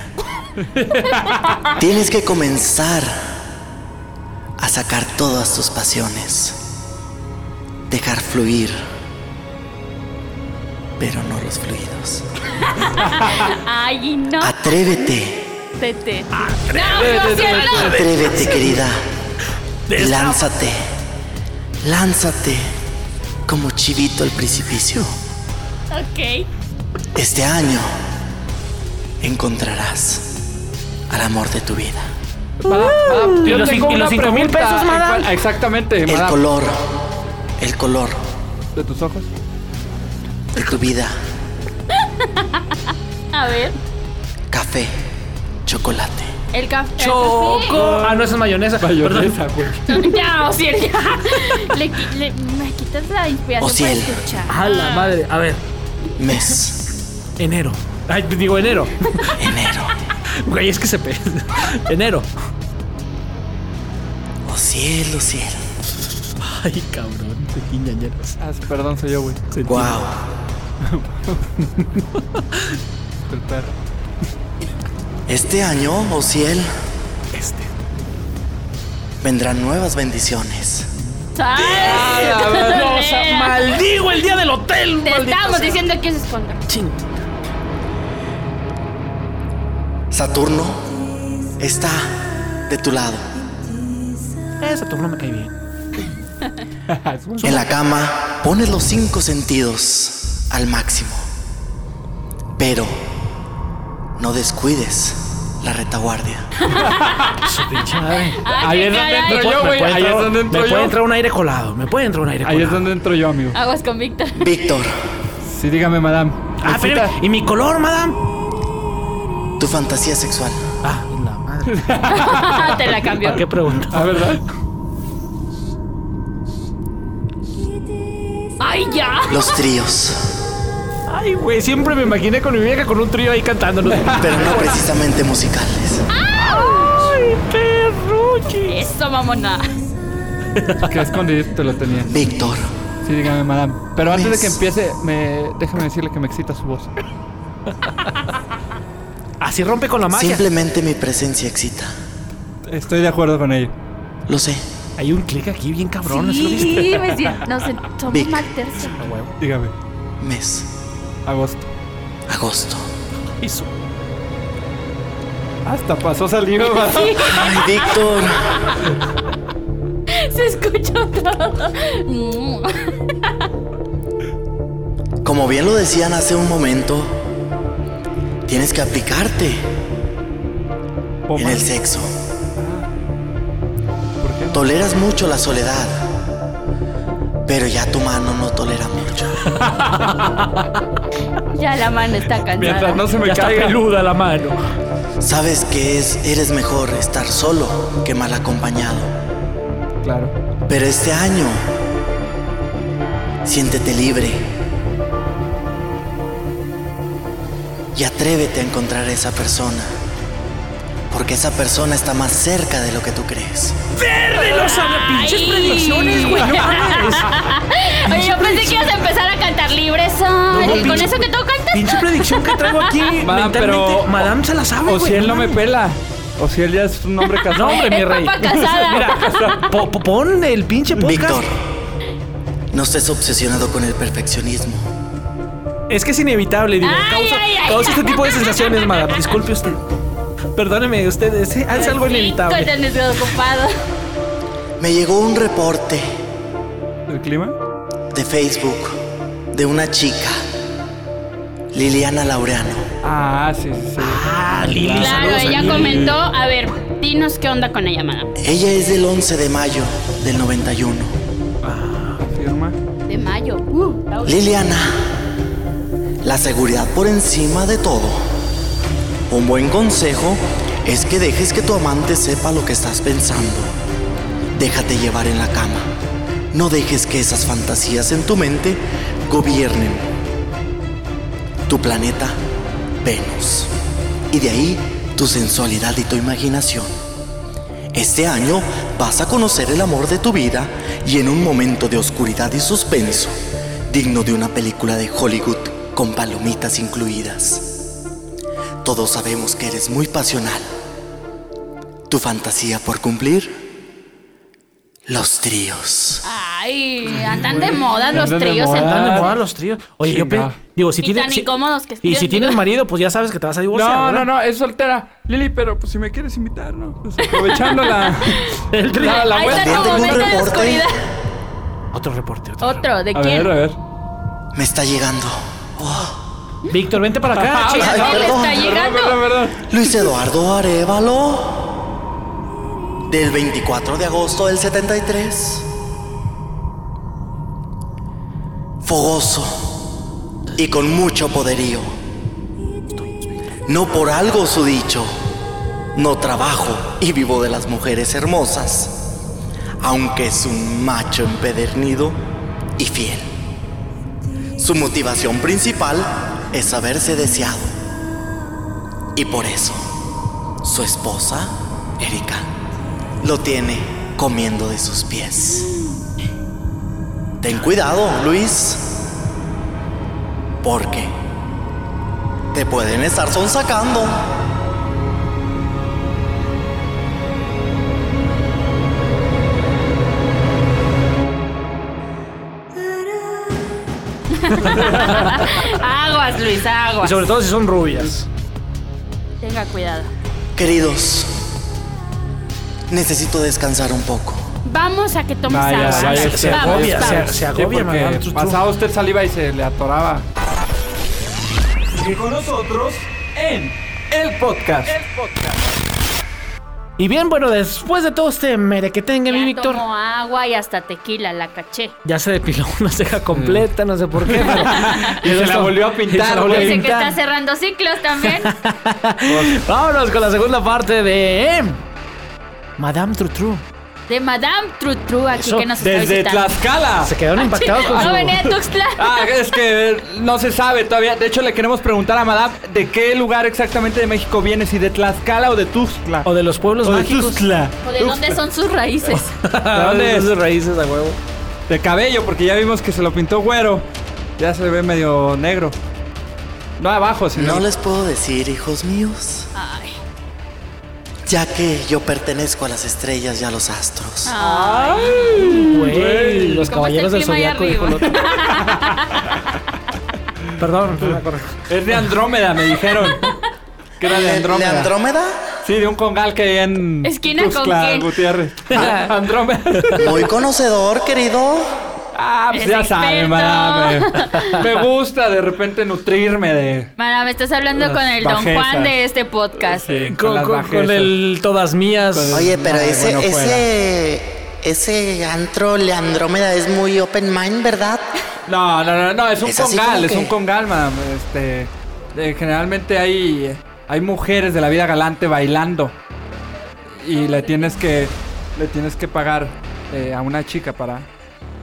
[SPEAKER 2] Tienes que comenzar a sacar todas tus pasiones. Dejar fluir. Pero no los fluidos.
[SPEAKER 4] Ay, no,
[SPEAKER 2] Ah, Atrévete.
[SPEAKER 4] tete. No, Sebastián,
[SPEAKER 2] Atrévete, querida. Y Lánzate. Lánzate. Como chivito al precipicio.
[SPEAKER 4] no. Ok.
[SPEAKER 2] Este año encontrarás al amor de tu vida.
[SPEAKER 5] Madame, madame, yo
[SPEAKER 3] ¿Y los
[SPEAKER 5] tengo
[SPEAKER 3] cin- y
[SPEAKER 5] una
[SPEAKER 3] los cinco mil
[SPEAKER 5] pregunta.
[SPEAKER 3] pesos,
[SPEAKER 5] ¿En cuál-
[SPEAKER 3] madame?
[SPEAKER 5] Exactamente,
[SPEAKER 2] El
[SPEAKER 5] madame.
[SPEAKER 2] color, el color
[SPEAKER 5] ¿De tus ojos?
[SPEAKER 2] de tu vida.
[SPEAKER 4] A ver,
[SPEAKER 2] Café, chocolate.
[SPEAKER 4] el café.
[SPEAKER 3] Choco. Ah, no, esa es mayonesa.
[SPEAKER 5] Mayonesa, güey.
[SPEAKER 4] Ya, Ociel, ya. Le, qui- le- me quitas la inspiración
[SPEAKER 2] Ociel.
[SPEAKER 4] para escuchar.
[SPEAKER 3] A la madre. A ver,
[SPEAKER 2] Mes,
[SPEAKER 3] enero. Ay, digo enero.
[SPEAKER 2] enero.
[SPEAKER 3] Güey, es que se pe- Enero.
[SPEAKER 2] Oh cielo, cielo.
[SPEAKER 3] Ay, cabrón. Qué ñañeros.
[SPEAKER 5] Ah, sí, perdón, soy yo, güey.
[SPEAKER 2] Wow.
[SPEAKER 5] El perro.
[SPEAKER 2] Este año, oh cielo,
[SPEAKER 3] Este.
[SPEAKER 2] vendrán nuevas bendiciones.
[SPEAKER 4] Ay,
[SPEAKER 5] la verdosa,
[SPEAKER 4] Lea.
[SPEAKER 3] Maldigo el día del hotel.
[SPEAKER 4] Te estábamos diciendo que eso es contra.
[SPEAKER 3] Ching.
[SPEAKER 2] Saturno está de tu lado.
[SPEAKER 3] Ese turno me cae bien.
[SPEAKER 2] En la cama pones los cinco sentidos al máximo. Pero no descuides la retaguardia.
[SPEAKER 3] Su pinche madre.
[SPEAKER 5] Ahí
[SPEAKER 4] Ay,
[SPEAKER 5] es
[SPEAKER 4] qué
[SPEAKER 5] donde
[SPEAKER 4] caray.
[SPEAKER 5] entro yo,
[SPEAKER 3] Me
[SPEAKER 5] güey.
[SPEAKER 3] puede
[SPEAKER 5] Ahí es
[SPEAKER 3] entrar-
[SPEAKER 5] donde entro
[SPEAKER 3] Me puede entrar
[SPEAKER 5] yo.
[SPEAKER 3] un aire colado. Me puede entrar un aire colado.
[SPEAKER 5] Ahí es donde entro yo, amigo.
[SPEAKER 4] Aguas con Víctor.
[SPEAKER 2] Víctor,
[SPEAKER 5] Sí, dígame, madame.
[SPEAKER 3] Ah,
[SPEAKER 5] Necesita-
[SPEAKER 3] espérame. ¿Y mi color, madame?
[SPEAKER 2] tu fantasía sexual.
[SPEAKER 3] Ah, la madre.
[SPEAKER 4] Te la cambió.
[SPEAKER 3] ¿Para qué pregunta?
[SPEAKER 5] Ah, ¿verdad?
[SPEAKER 4] Ay, ya.
[SPEAKER 2] Los tríos.
[SPEAKER 3] Ay, güey, siempre me imaginé con mi vieja con un trío ahí cantando.
[SPEAKER 2] Pero no precisamente musicales.
[SPEAKER 3] Ay, perruchi.
[SPEAKER 4] Eso, mamona.
[SPEAKER 5] Que escondidito te lo tenía.
[SPEAKER 2] Víctor,
[SPEAKER 5] Sí, dígame, madame. Pero antes de que
[SPEAKER 2] Miss.
[SPEAKER 5] empiece, me... déjame decirle que me excita su voz.
[SPEAKER 3] Así rompe con la magia.
[SPEAKER 2] simplemente mi presencia excita.
[SPEAKER 5] Estoy de acuerdo con ella.
[SPEAKER 2] Lo sé.
[SPEAKER 3] Hay un clic aquí bien cabrón. ¿sí lo viste?
[SPEAKER 4] Sí, me siento. No sé, somos
[SPEAKER 2] Vic.
[SPEAKER 4] mal tercio.
[SPEAKER 5] Dígame.
[SPEAKER 2] Mes,
[SPEAKER 5] Agosto.
[SPEAKER 2] agosto.
[SPEAKER 3] Y su-
[SPEAKER 5] Hasta pasó saliva, madame.
[SPEAKER 2] Ay, Víctor.
[SPEAKER 4] Se escuchó todo. Mm.
[SPEAKER 2] Como bien lo decían hace un momento, tienes que aplicarte
[SPEAKER 5] Oh,
[SPEAKER 2] en el
[SPEAKER 5] madre,
[SPEAKER 2] sexo.
[SPEAKER 5] ¿Por qué?
[SPEAKER 2] Toleras mucho la soledad. Pero ya tu mano no tolera mucho.
[SPEAKER 4] Ya la mano está cansada.
[SPEAKER 5] Mientras no se me
[SPEAKER 3] ya está
[SPEAKER 5] caiga.
[SPEAKER 3] peluda la mano.
[SPEAKER 2] Sabes que es, eres mejor estar solo que mal acompañado.
[SPEAKER 5] Claro.
[SPEAKER 2] Pero este año, siéntete libre. Y atrévete a encontrar a esa persona. Porque esa persona está más cerca de lo que tú crees.
[SPEAKER 3] Pinches predicciones, güey. No mames.
[SPEAKER 4] Oye, yo pensé que ibas a empezar a cantar libre, Sol.
[SPEAKER 3] No,
[SPEAKER 4] con
[SPEAKER 3] pinche-
[SPEAKER 4] eso que tú cantas.
[SPEAKER 3] Pinche predicción que traigo aquí.
[SPEAKER 5] Madame,
[SPEAKER 3] mentalmente.
[SPEAKER 5] pero-
[SPEAKER 3] Madame se la sabe,
[SPEAKER 5] O
[SPEAKER 3] güey,
[SPEAKER 5] si él no me
[SPEAKER 3] mames.
[SPEAKER 5] pela. O si él ya es un hombre casado.
[SPEAKER 3] No, hombre, mi
[SPEAKER 4] Es
[SPEAKER 3] rey.
[SPEAKER 4] papa casada.
[SPEAKER 3] Mira, po- po- pon el pinche podcast.
[SPEAKER 2] Víctor, no estés obsesionado con el perfeccionismo.
[SPEAKER 3] Es que es inevitable, digo.
[SPEAKER 4] Ay,
[SPEAKER 3] causa,
[SPEAKER 4] ay, ay.
[SPEAKER 3] causa este tipo de sensaciones, madame. Disculpe usted. Perdóneme, usted es, es algo
[SPEAKER 4] Sí,
[SPEAKER 3] inevitable.
[SPEAKER 4] con el desocupado.
[SPEAKER 2] Me llegó un reporte
[SPEAKER 5] ¿El clima?
[SPEAKER 2] de Facebook de una chica, Liliana Laureano.
[SPEAKER 5] Ah, sí, sí, sí.
[SPEAKER 3] Ah, Lili,
[SPEAKER 7] Claro,
[SPEAKER 3] saludos a
[SPEAKER 7] ella
[SPEAKER 3] Lili.
[SPEAKER 7] comentó, a ver, dinos qué onda con ella, madame.
[SPEAKER 2] Ella es del 11 de mayo del 91.
[SPEAKER 5] Firma.
[SPEAKER 7] De mayo. Uh, la última.
[SPEAKER 2] Liliana, la seguridad por encima de todo. Un buen consejo es que dejes que tu amante sepa lo que estás pensando. Déjate llevar en la cama. No dejes que esas fantasías en tu mente gobiernen tu planeta Venus. Y de ahí tu sensualidad y tu imaginación. Este año vas a conocer el amor de tu vida y en un momento de oscuridad y suspenso, digno de una película de Hollywood con palomitas incluidas. Todos sabemos que eres muy pasional. Tu fantasía por cumplir, los tríos.
[SPEAKER 7] Ay, andan de moda los
[SPEAKER 5] Andan de
[SPEAKER 7] tríos.
[SPEAKER 5] moda.
[SPEAKER 7] entonces.
[SPEAKER 3] Andan de moda los tríos. Oye, yo
[SPEAKER 5] Chinga.
[SPEAKER 3] pe- digo, si
[SPEAKER 7] Y
[SPEAKER 3] tienes.
[SPEAKER 7] tan
[SPEAKER 3] si-
[SPEAKER 7] incómodos que
[SPEAKER 3] Y
[SPEAKER 7] estén.
[SPEAKER 3] si tienes marido, pues ya sabes que te vas a divorciar.
[SPEAKER 5] No,
[SPEAKER 3] ¿verdad?
[SPEAKER 5] no, no, es soltera. Lili, pero pues si me quieres invitar, ¿no? Pues, aprovechando la,
[SPEAKER 3] El trío.
[SPEAKER 5] la, la
[SPEAKER 4] Ahí
[SPEAKER 5] vuelta.
[SPEAKER 4] está
[SPEAKER 2] También
[SPEAKER 4] tu
[SPEAKER 2] tengo un
[SPEAKER 4] momento de
[SPEAKER 2] reporte.
[SPEAKER 4] oscuridad.
[SPEAKER 3] Otro reporte. Otro.
[SPEAKER 4] Otro, ¿de
[SPEAKER 5] A
[SPEAKER 4] quién?
[SPEAKER 5] ver, a ver.
[SPEAKER 2] Me está llegando.
[SPEAKER 3] Víctor, vente para acá.
[SPEAKER 5] Ah,
[SPEAKER 3] chica.
[SPEAKER 2] Ay,
[SPEAKER 4] Él
[SPEAKER 2] perdón,
[SPEAKER 4] está
[SPEAKER 5] Perdón,
[SPEAKER 4] llegando.
[SPEAKER 5] perdón, perdón.
[SPEAKER 2] Luis Eduardo Arevalo, del 24 de agosto del 73. Fogoso y con mucho poderío. No por algo su dicho. No trabajo y vivo de las mujeres hermosas. Aunque es un macho empedernido y fiel. Su motivación principal es saberse deseado. Y por eso, su esposa, Erika, lo tiene comiendo de sus pies. Ten cuidado, Luis, porque te pueden estar sonsacando.
[SPEAKER 7] Aguas, Luis,
[SPEAKER 3] Y
[SPEAKER 7] aguas.
[SPEAKER 3] sobre todo si son rubias.
[SPEAKER 7] Tenga cuidado.
[SPEAKER 2] Queridos, necesito descansar un poco.
[SPEAKER 7] Vamos a que tomes
[SPEAKER 5] Vaya,
[SPEAKER 7] agua.
[SPEAKER 5] vaya,
[SPEAKER 7] Vamos,
[SPEAKER 5] se
[SPEAKER 7] vamos,
[SPEAKER 3] agobia,
[SPEAKER 7] vamos.
[SPEAKER 3] se- se agobia,
[SPEAKER 5] porque
[SPEAKER 3] madame, tú- tú.
[SPEAKER 5] Pasaba usted saliva y se le atoraba.
[SPEAKER 1] Y con nosotros en
[SPEAKER 5] El podcast.
[SPEAKER 3] Y bien, bueno, después de todo este mere que tenga mi
[SPEAKER 7] Ya
[SPEAKER 3] Víctor.
[SPEAKER 7] tomó agua y hasta tequila, la caché.
[SPEAKER 3] Ya se depiló una ceja completa, no sé por qué. pero-
[SPEAKER 5] Mm. Y se la volvió a pintar,
[SPEAKER 3] Y se la volvió a
[SPEAKER 5] güey.
[SPEAKER 7] Dice que
[SPEAKER 3] pintar.
[SPEAKER 7] está cerrando ciclos también.
[SPEAKER 3] Vámonos con la segunda parte de eh, Madame Trutru.
[SPEAKER 7] De Madame Trutru aquí
[SPEAKER 3] Eso,
[SPEAKER 7] que nos está
[SPEAKER 3] Pues
[SPEAKER 5] Desde
[SPEAKER 7] visitando.
[SPEAKER 5] Tlaxcala.
[SPEAKER 3] Ah, Se quedaron impactados con
[SPEAKER 7] Ah, No
[SPEAKER 3] su...
[SPEAKER 7] venía de Tuxtla.
[SPEAKER 5] Ah, es que eh, no se sabe todavía. De hecho, le queremos preguntar a Madame de qué lugar exactamente de México viene, si de Tlaxcala o de Tuxtla.
[SPEAKER 3] O de los pueblos
[SPEAKER 5] O de Ah,
[SPEAKER 3] mágicos. Ah,
[SPEAKER 5] Tuxtla.
[SPEAKER 7] ¿O de dónde son sus raíces?
[SPEAKER 3] ¿De dónde
[SPEAKER 5] es?
[SPEAKER 3] sus raíces a huevo?
[SPEAKER 5] De cabello, porque ya vimos que se lo pintó güero. Ya se ve medio negro. No abajo, sino.
[SPEAKER 2] No les puedo decir, hijos míos,
[SPEAKER 7] Ay.
[SPEAKER 2] ya que yo pertenezco a las estrellas y a los astros.
[SPEAKER 3] Güey, los
[SPEAKER 7] ¿Cómo está el
[SPEAKER 3] caballeros del
[SPEAKER 7] clima ahí
[SPEAKER 3] zodiaco dijo el otro.
[SPEAKER 7] arriba?
[SPEAKER 3] Perdón, perdón, perdón.
[SPEAKER 5] Es de Andrómeda, me dijeron. que era de
[SPEAKER 2] ¿De de
[SPEAKER 5] Andrómeda.
[SPEAKER 2] Andrómeda?
[SPEAKER 5] Sí, de un congal que hay en.
[SPEAKER 7] Esquina con quién.
[SPEAKER 5] Gutiérrez. Andrómeda.
[SPEAKER 2] Muy conocedor, querido.
[SPEAKER 5] Ah, pues
[SPEAKER 7] Es
[SPEAKER 5] ya
[SPEAKER 7] experto.
[SPEAKER 5] saben, madame. Me gusta de repente nutrirme de.
[SPEAKER 7] Mara, me estás hablando
[SPEAKER 5] Las
[SPEAKER 7] con el Don Juan
[SPEAKER 5] bajezas.
[SPEAKER 7] de este podcast.
[SPEAKER 5] sí,
[SPEAKER 3] Con,
[SPEAKER 5] las
[SPEAKER 3] con- con
[SPEAKER 5] bajezas.
[SPEAKER 3] el todas mías.
[SPEAKER 5] Con el-
[SPEAKER 2] Oye, pero
[SPEAKER 5] Ay,
[SPEAKER 2] ese,
[SPEAKER 5] bueno, fuera.
[SPEAKER 2] ese, Ese antro Leandrómeda es muy open mind, ¿verdad?
[SPEAKER 5] No, no, no, no, es un
[SPEAKER 2] Es así
[SPEAKER 5] congal,
[SPEAKER 2] como
[SPEAKER 5] es
[SPEAKER 2] que-
[SPEAKER 5] un congal, madam. Este, eh, generalmente hay, hay mujeres de la vida galante bailando y le tienes que, le tienes que pagar eh, a una chica para,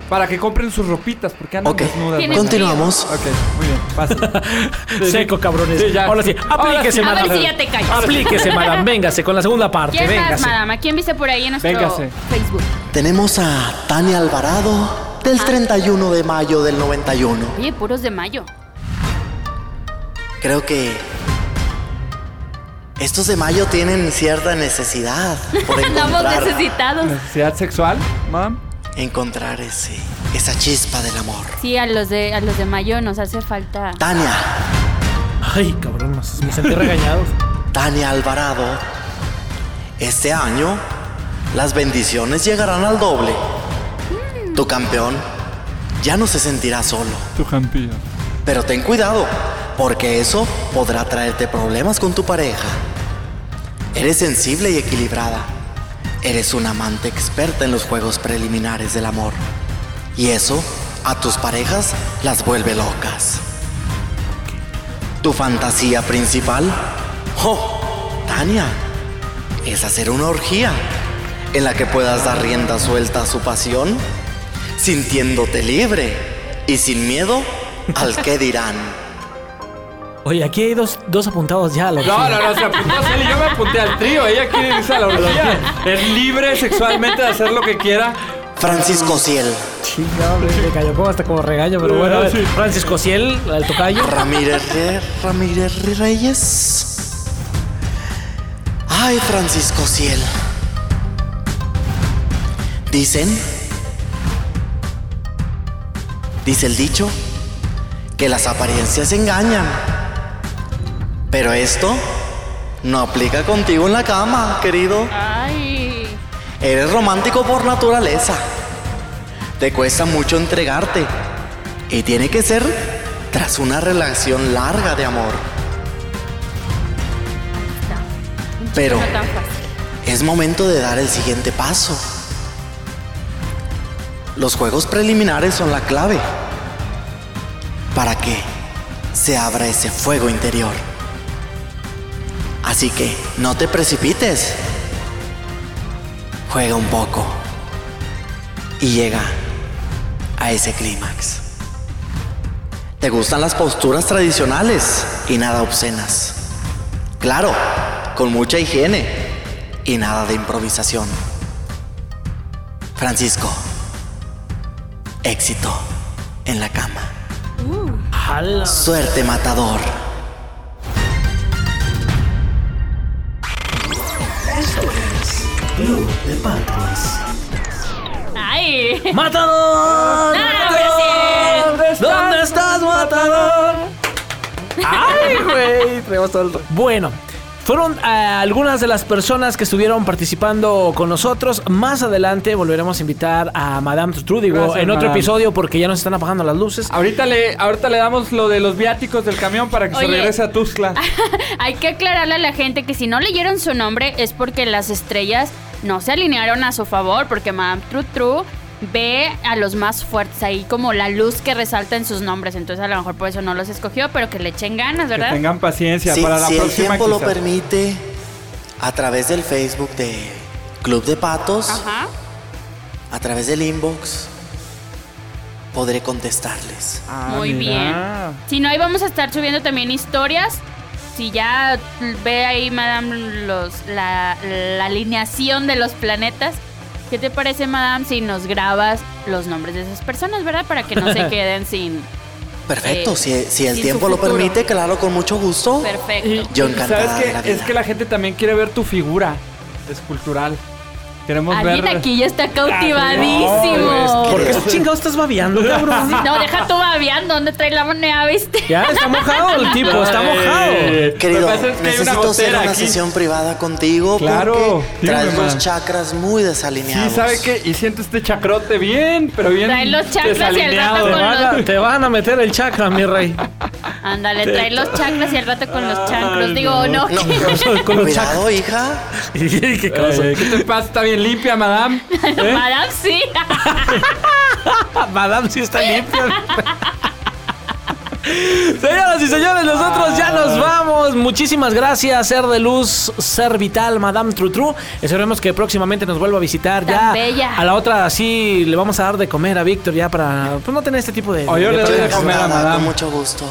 [SPEAKER 5] para que compren sus ropitas porque andan
[SPEAKER 2] Ok.
[SPEAKER 5] desnudas.
[SPEAKER 10] Tienes
[SPEAKER 5] madam.
[SPEAKER 2] Continuamos.
[SPEAKER 5] Ok, muy bien, pasa. Sí, sí.
[SPEAKER 3] Seco, cabrones.
[SPEAKER 5] Sí, ya.
[SPEAKER 3] Ahora sí, aplíquese,
[SPEAKER 10] A
[SPEAKER 3] madame.
[SPEAKER 10] ver si ya te callas.
[SPEAKER 3] Aplíquese, madame. Véngase con la segunda parte.
[SPEAKER 4] ¿Quién más,
[SPEAKER 3] Véngase.
[SPEAKER 4] madama? ¿Quién viste por ahí en nuestro
[SPEAKER 5] Véngase.
[SPEAKER 4] Facebook?
[SPEAKER 2] Tenemos a Tania Alvarado del 31 de mayo del 91.
[SPEAKER 4] Oye, puros de mayo.
[SPEAKER 2] Creo que estos de mayo tienen cierta necesidad por
[SPEAKER 10] Andamos
[SPEAKER 2] encontrar,
[SPEAKER 10] necesitados.
[SPEAKER 5] ¿Necesidad sexual, madam?
[SPEAKER 2] encontrar ese, esa chispa del amor.
[SPEAKER 4] Sí, a los de, a los de mayo nos hace falta.
[SPEAKER 2] Tania,
[SPEAKER 3] Ay, cabrón, nos- me sentí regañado.
[SPEAKER 2] Tania Alvarado, este año las bendiciones llegarán al doble. Tu campeón ya no se sentirá solo,
[SPEAKER 5] Tu jampillo.
[SPEAKER 2] pero ten cuidado, porque eso podrá traerte problemas con tu pareja. Eres sensible y equilibrada. Eres una amante experta en los juegos preliminares del amor. Y eso a tus parejas las vuelve locas. Tu fantasía principal, ¡oh! Tania, es hacer una orgía en la que puedas dar rienda suelta a su pasión, sintiéndote libre y sin miedo al que dirán.
[SPEAKER 3] Oye, aquí hay dos, dos apuntados ya. la
[SPEAKER 5] No,
[SPEAKER 3] opción.
[SPEAKER 5] no, no, se apuntó Celi, yo me apunté al trío, ella quiere irse a la orgía. Es libre sexualmente de hacer lo que quiera.
[SPEAKER 2] Francisco Ciel,
[SPEAKER 3] Chingado, hombre, me cayó como hasta como regaño, pero bueno. a ver,
[SPEAKER 5] Sí.
[SPEAKER 3] Francisco Ciel, el tocayo.
[SPEAKER 2] Ramírez, Re- Ramírez Reyes. Ay, Francisco Ciel. Dicen, dice el dicho, que las apariencias engañan. Pero esto no aplica contigo en la cama, querido.
[SPEAKER 4] Ay.
[SPEAKER 2] Eres romántico por naturaleza. Te cuesta mucho entregarte. Y tiene que ser tras una relación larga de amor. Pero
[SPEAKER 4] No tan fácil.
[SPEAKER 2] es momento de dar el siguiente paso. Los juegos preliminares son la clave para que se abra ese fuego interior. Así que no te precipites. Juega un poco y llega a ese clímax. Te gustan las posturas tradicionales y nada obscenas. Claro, con mucha higiene y nada de improvisación. Francisco, éxito en la cama.
[SPEAKER 3] Jala.
[SPEAKER 2] Suerte matador.
[SPEAKER 10] Ay.
[SPEAKER 3] ¡Matador! ¡Matador! ¿Dónde estás, matador? ¡Ay, güey! Traemos todo el ro- Bueno. Fueron eh, algunas de las personas que estuvieron participando con nosotros. Más adelante volveremos a invitar a Madame True, digo,
[SPEAKER 5] Gracias,
[SPEAKER 3] en otro
[SPEAKER 5] Madame.
[SPEAKER 3] episodio porque ya nos están apagando las luces.
[SPEAKER 5] Ahorita le, ahorita le damos lo de los viáticos del camión para que se
[SPEAKER 4] Oye. Ah,
[SPEAKER 5] regrese a Tuxtla.
[SPEAKER 4] Hay que aclararle a la gente que si no leyeron su nombre es porque las estrellas no se alinearon a su favor, porque Madame True True ve a los más fuertes ahí como la luz que resalta en sus nombres. Entonces a lo mejor por eso no los escogió, pero que le echen ganas,
[SPEAKER 5] Que
[SPEAKER 4] ¿verdad?
[SPEAKER 5] tengan paciencia
[SPEAKER 2] Si,
[SPEAKER 5] para la
[SPEAKER 2] si el
[SPEAKER 5] próxima.
[SPEAKER 2] tiempo lo
[SPEAKER 5] quizás.
[SPEAKER 2] permite, a través del Facebook de Club de Patos,
[SPEAKER 4] Ajá.
[SPEAKER 2] a través del inbox, podré contestarles.
[SPEAKER 5] Ah,
[SPEAKER 4] Muy
[SPEAKER 5] mira.
[SPEAKER 4] bien. Si no, ahí vamos a estar subiendo también historias. Si ya ve ahí, Madame, los, la, la alineación de los planetas. ¿Qué te parece, Madame, si nos grabas los nombres de esas personas, verdad? Para que no se queden sin...
[SPEAKER 2] Perfecto,
[SPEAKER 4] Eh,
[SPEAKER 2] si, si el
[SPEAKER 4] sin
[SPEAKER 2] tiempo
[SPEAKER 4] su
[SPEAKER 2] lo
[SPEAKER 4] futuro.
[SPEAKER 2] permite, claro, con mucho gusto.
[SPEAKER 5] Y,
[SPEAKER 4] Perfecto.
[SPEAKER 2] Eh, Yo
[SPEAKER 5] y
[SPEAKER 2] encantada
[SPEAKER 5] ¿Sabes
[SPEAKER 2] de la
[SPEAKER 5] qué? Es
[SPEAKER 2] vida.
[SPEAKER 5] que la gente también quiere ver tu figura escultural. Queremos
[SPEAKER 4] Alguien
[SPEAKER 5] ver.
[SPEAKER 4] aquí ya está
[SPEAKER 5] no,
[SPEAKER 4] cautivadísimo.
[SPEAKER 5] güey,
[SPEAKER 3] ¿Por qué chingados estás babeando, cabrón?
[SPEAKER 4] No, deja tú babeando. ¿Dónde trae la moneda, viste?
[SPEAKER 3] Ya está mojado el tipo, está mojado.
[SPEAKER 5] Eh,
[SPEAKER 2] Querido,
[SPEAKER 5] lo que pasa es que hay una
[SPEAKER 2] necesito hacer
[SPEAKER 5] gotera
[SPEAKER 2] una
[SPEAKER 5] aquí.
[SPEAKER 2] sesión privada contigo
[SPEAKER 5] Claro,
[SPEAKER 2] porque
[SPEAKER 5] dime,
[SPEAKER 2] traes los
[SPEAKER 5] man.
[SPEAKER 2] chakras muy desalineados.
[SPEAKER 5] Sí, ¿sabe qué? Y siento este chacrote bien, pero bien.
[SPEAKER 4] Trae los chakras y al rato
[SPEAKER 5] desalineado.
[SPEAKER 3] Te
[SPEAKER 4] con
[SPEAKER 3] van, a, te van a meter el chakra, mi rey.
[SPEAKER 4] Ándale, trae los chakras y al rato con los chancros. Digo, no.
[SPEAKER 2] No.
[SPEAKER 4] ¿qué?
[SPEAKER 3] Con los chacos.
[SPEAKER 2] Cuidado, hija.
[SPEAKER 3] ¿Qué cosa?
[SPEAKER 5] Eh, ¿Qué te pasa? ¿Está bien limpia, madame?
[SPEAKER 4] Madame, sí.
[SPEAKER 3] Ah, Madame sí está limpia. Señoras y señores, nosotros ya nos vamos. Muchísimas gracias, Ser de Luz, Ser Vital, Madame Trutru. Esperemos que próximamente nos vuelva a visitar.
[SPEAKER 4] Tan
[SPEAKER 3] ya
[SPEAKER 4] bella.
[SPEAKER 3] a la otra sí le vamos a dar de comer a Víctor ya para pues, no tener este tipo de...
[SPEAKER 5] O yo
[SPEAKER 3] de
[SPEAKER 5] le doy de
[SPEAKER 3] problemas.
[SPEAKER 5] comer a
[SPEAKER 2] Encantada, Con
[SPEAKER 5] madame.
[SPEAKER 2] mucho gusto.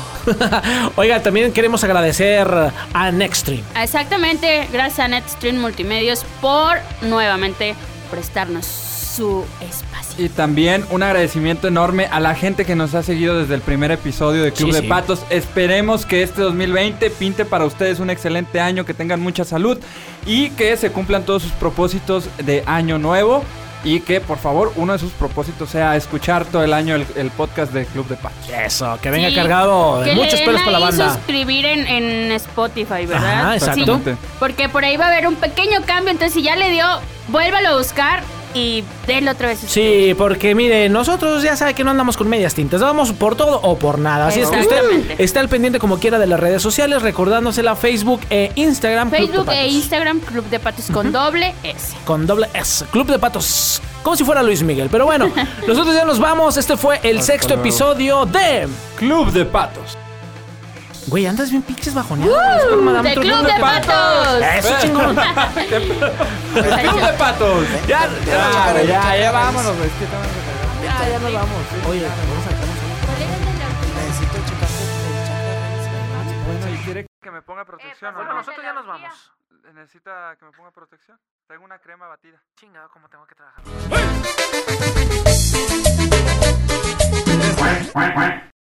[SPEAKER 3] Oiga, también queremos agradecer a Nextstream.
[SPEAKER 4] Exactamente, gracias a NetStream Multimedios por nuevamente prestarnos su espacio.
[SPEAKER 5] Y también un agradecimiento enorme a la gente que nos ha seguido desde el primer episodio de Club
[SPEAKER 3] Sí,
[SPEAKER 5] de
[SPEAKER 3] sí.
[SPEAKER 5] Patos. Esperemos que este 2020 pinte para ustedes un excelente año, que tengan mucha salud y que se cumplan todos sus propósitos de año nuevo. Y que por favor uno de sus propósitos sea escuchar todo el año el, el podcast de Club de Patos.
[SPEAKER 3] Eso, que venga
[SPEAKER 4] Sí,
[SPEAKER 3] cargado de
[SPEAKER 4] que le
[SPEAKER 3] muchos
[SPEAKER 4] den
[SPEAKER 3] pelos para la
[SPEAKER 4] ahí
[SPEAKER 3] banda.
[SPEAKER 4] suscribir en, en Spotify, ¿verdad?
[SPEAKER 3] Ajá, exacto.
[SPEAKER 4] Sí, porque por ahí va a haber un pequeño cambio, entonces si ya le dio, vuélvalo a buscar y denle otra vez.
[SPEAKER 3] Sí, porque mire, nosotros ya sabe que no andamos con medias tintas, vamos por todo o por nada. Así es que usted
[SPEAKER 4] Exactamente.
[SPEAKER 3] está al pendiente como quiera de las redes sociales, recordándosela Facebook e Instagram. Club de
[SPEAKER 4] Facebook e
[SPEAKER 3] Patos.
[SPEAKER 4] Instagram, Club de Patos con doble S.
[SPEAKER 3] Con doble S, Club de Patos, como si fuera Luis Miguel. Pero bueno, nosotros ya nos vamos. Este fue el sexto
[SPEAKER 5] luego.
[SPEAKER 3] episodio de...
[SPEAKER 5] Club de Patos.
[SPEAKER 3] Güey, andas bien pinches bajoneado. Es con Madame
[SPEAKER 4] Uh, ¡De
[SPEAKER 3] Trueno.
[SPEAKER 4] Club de Patos!
[SPEAKER 3] Eso, chingón.
[SPEAKER 5] El Club de Patos. Ya, Ah, ya,
[SPEAKER 2] Chacarita,
[SPEAKER 5] ya, ya
[SPEAKER 2] chacarita.
[SPEAKER 5] vámonos. es que estamos-
[SPEAKER 3] Oye, vamos a...
[SPEAKER 2] Necesito checarte el chakra.
[SPEAKER 5] Bueno, ¿y quiere que me ponga protección o
[SPEAKER 3] Bueno,
[SPEAKER 5] no?
[SPEAKER 3] nosotros ya nos vamos.
[SPEAKER 5] ¿Necesita que me ponga protección? Tengo una crema batida.
[SPEAKER 3] Chingado, cómo tengo que trabajar.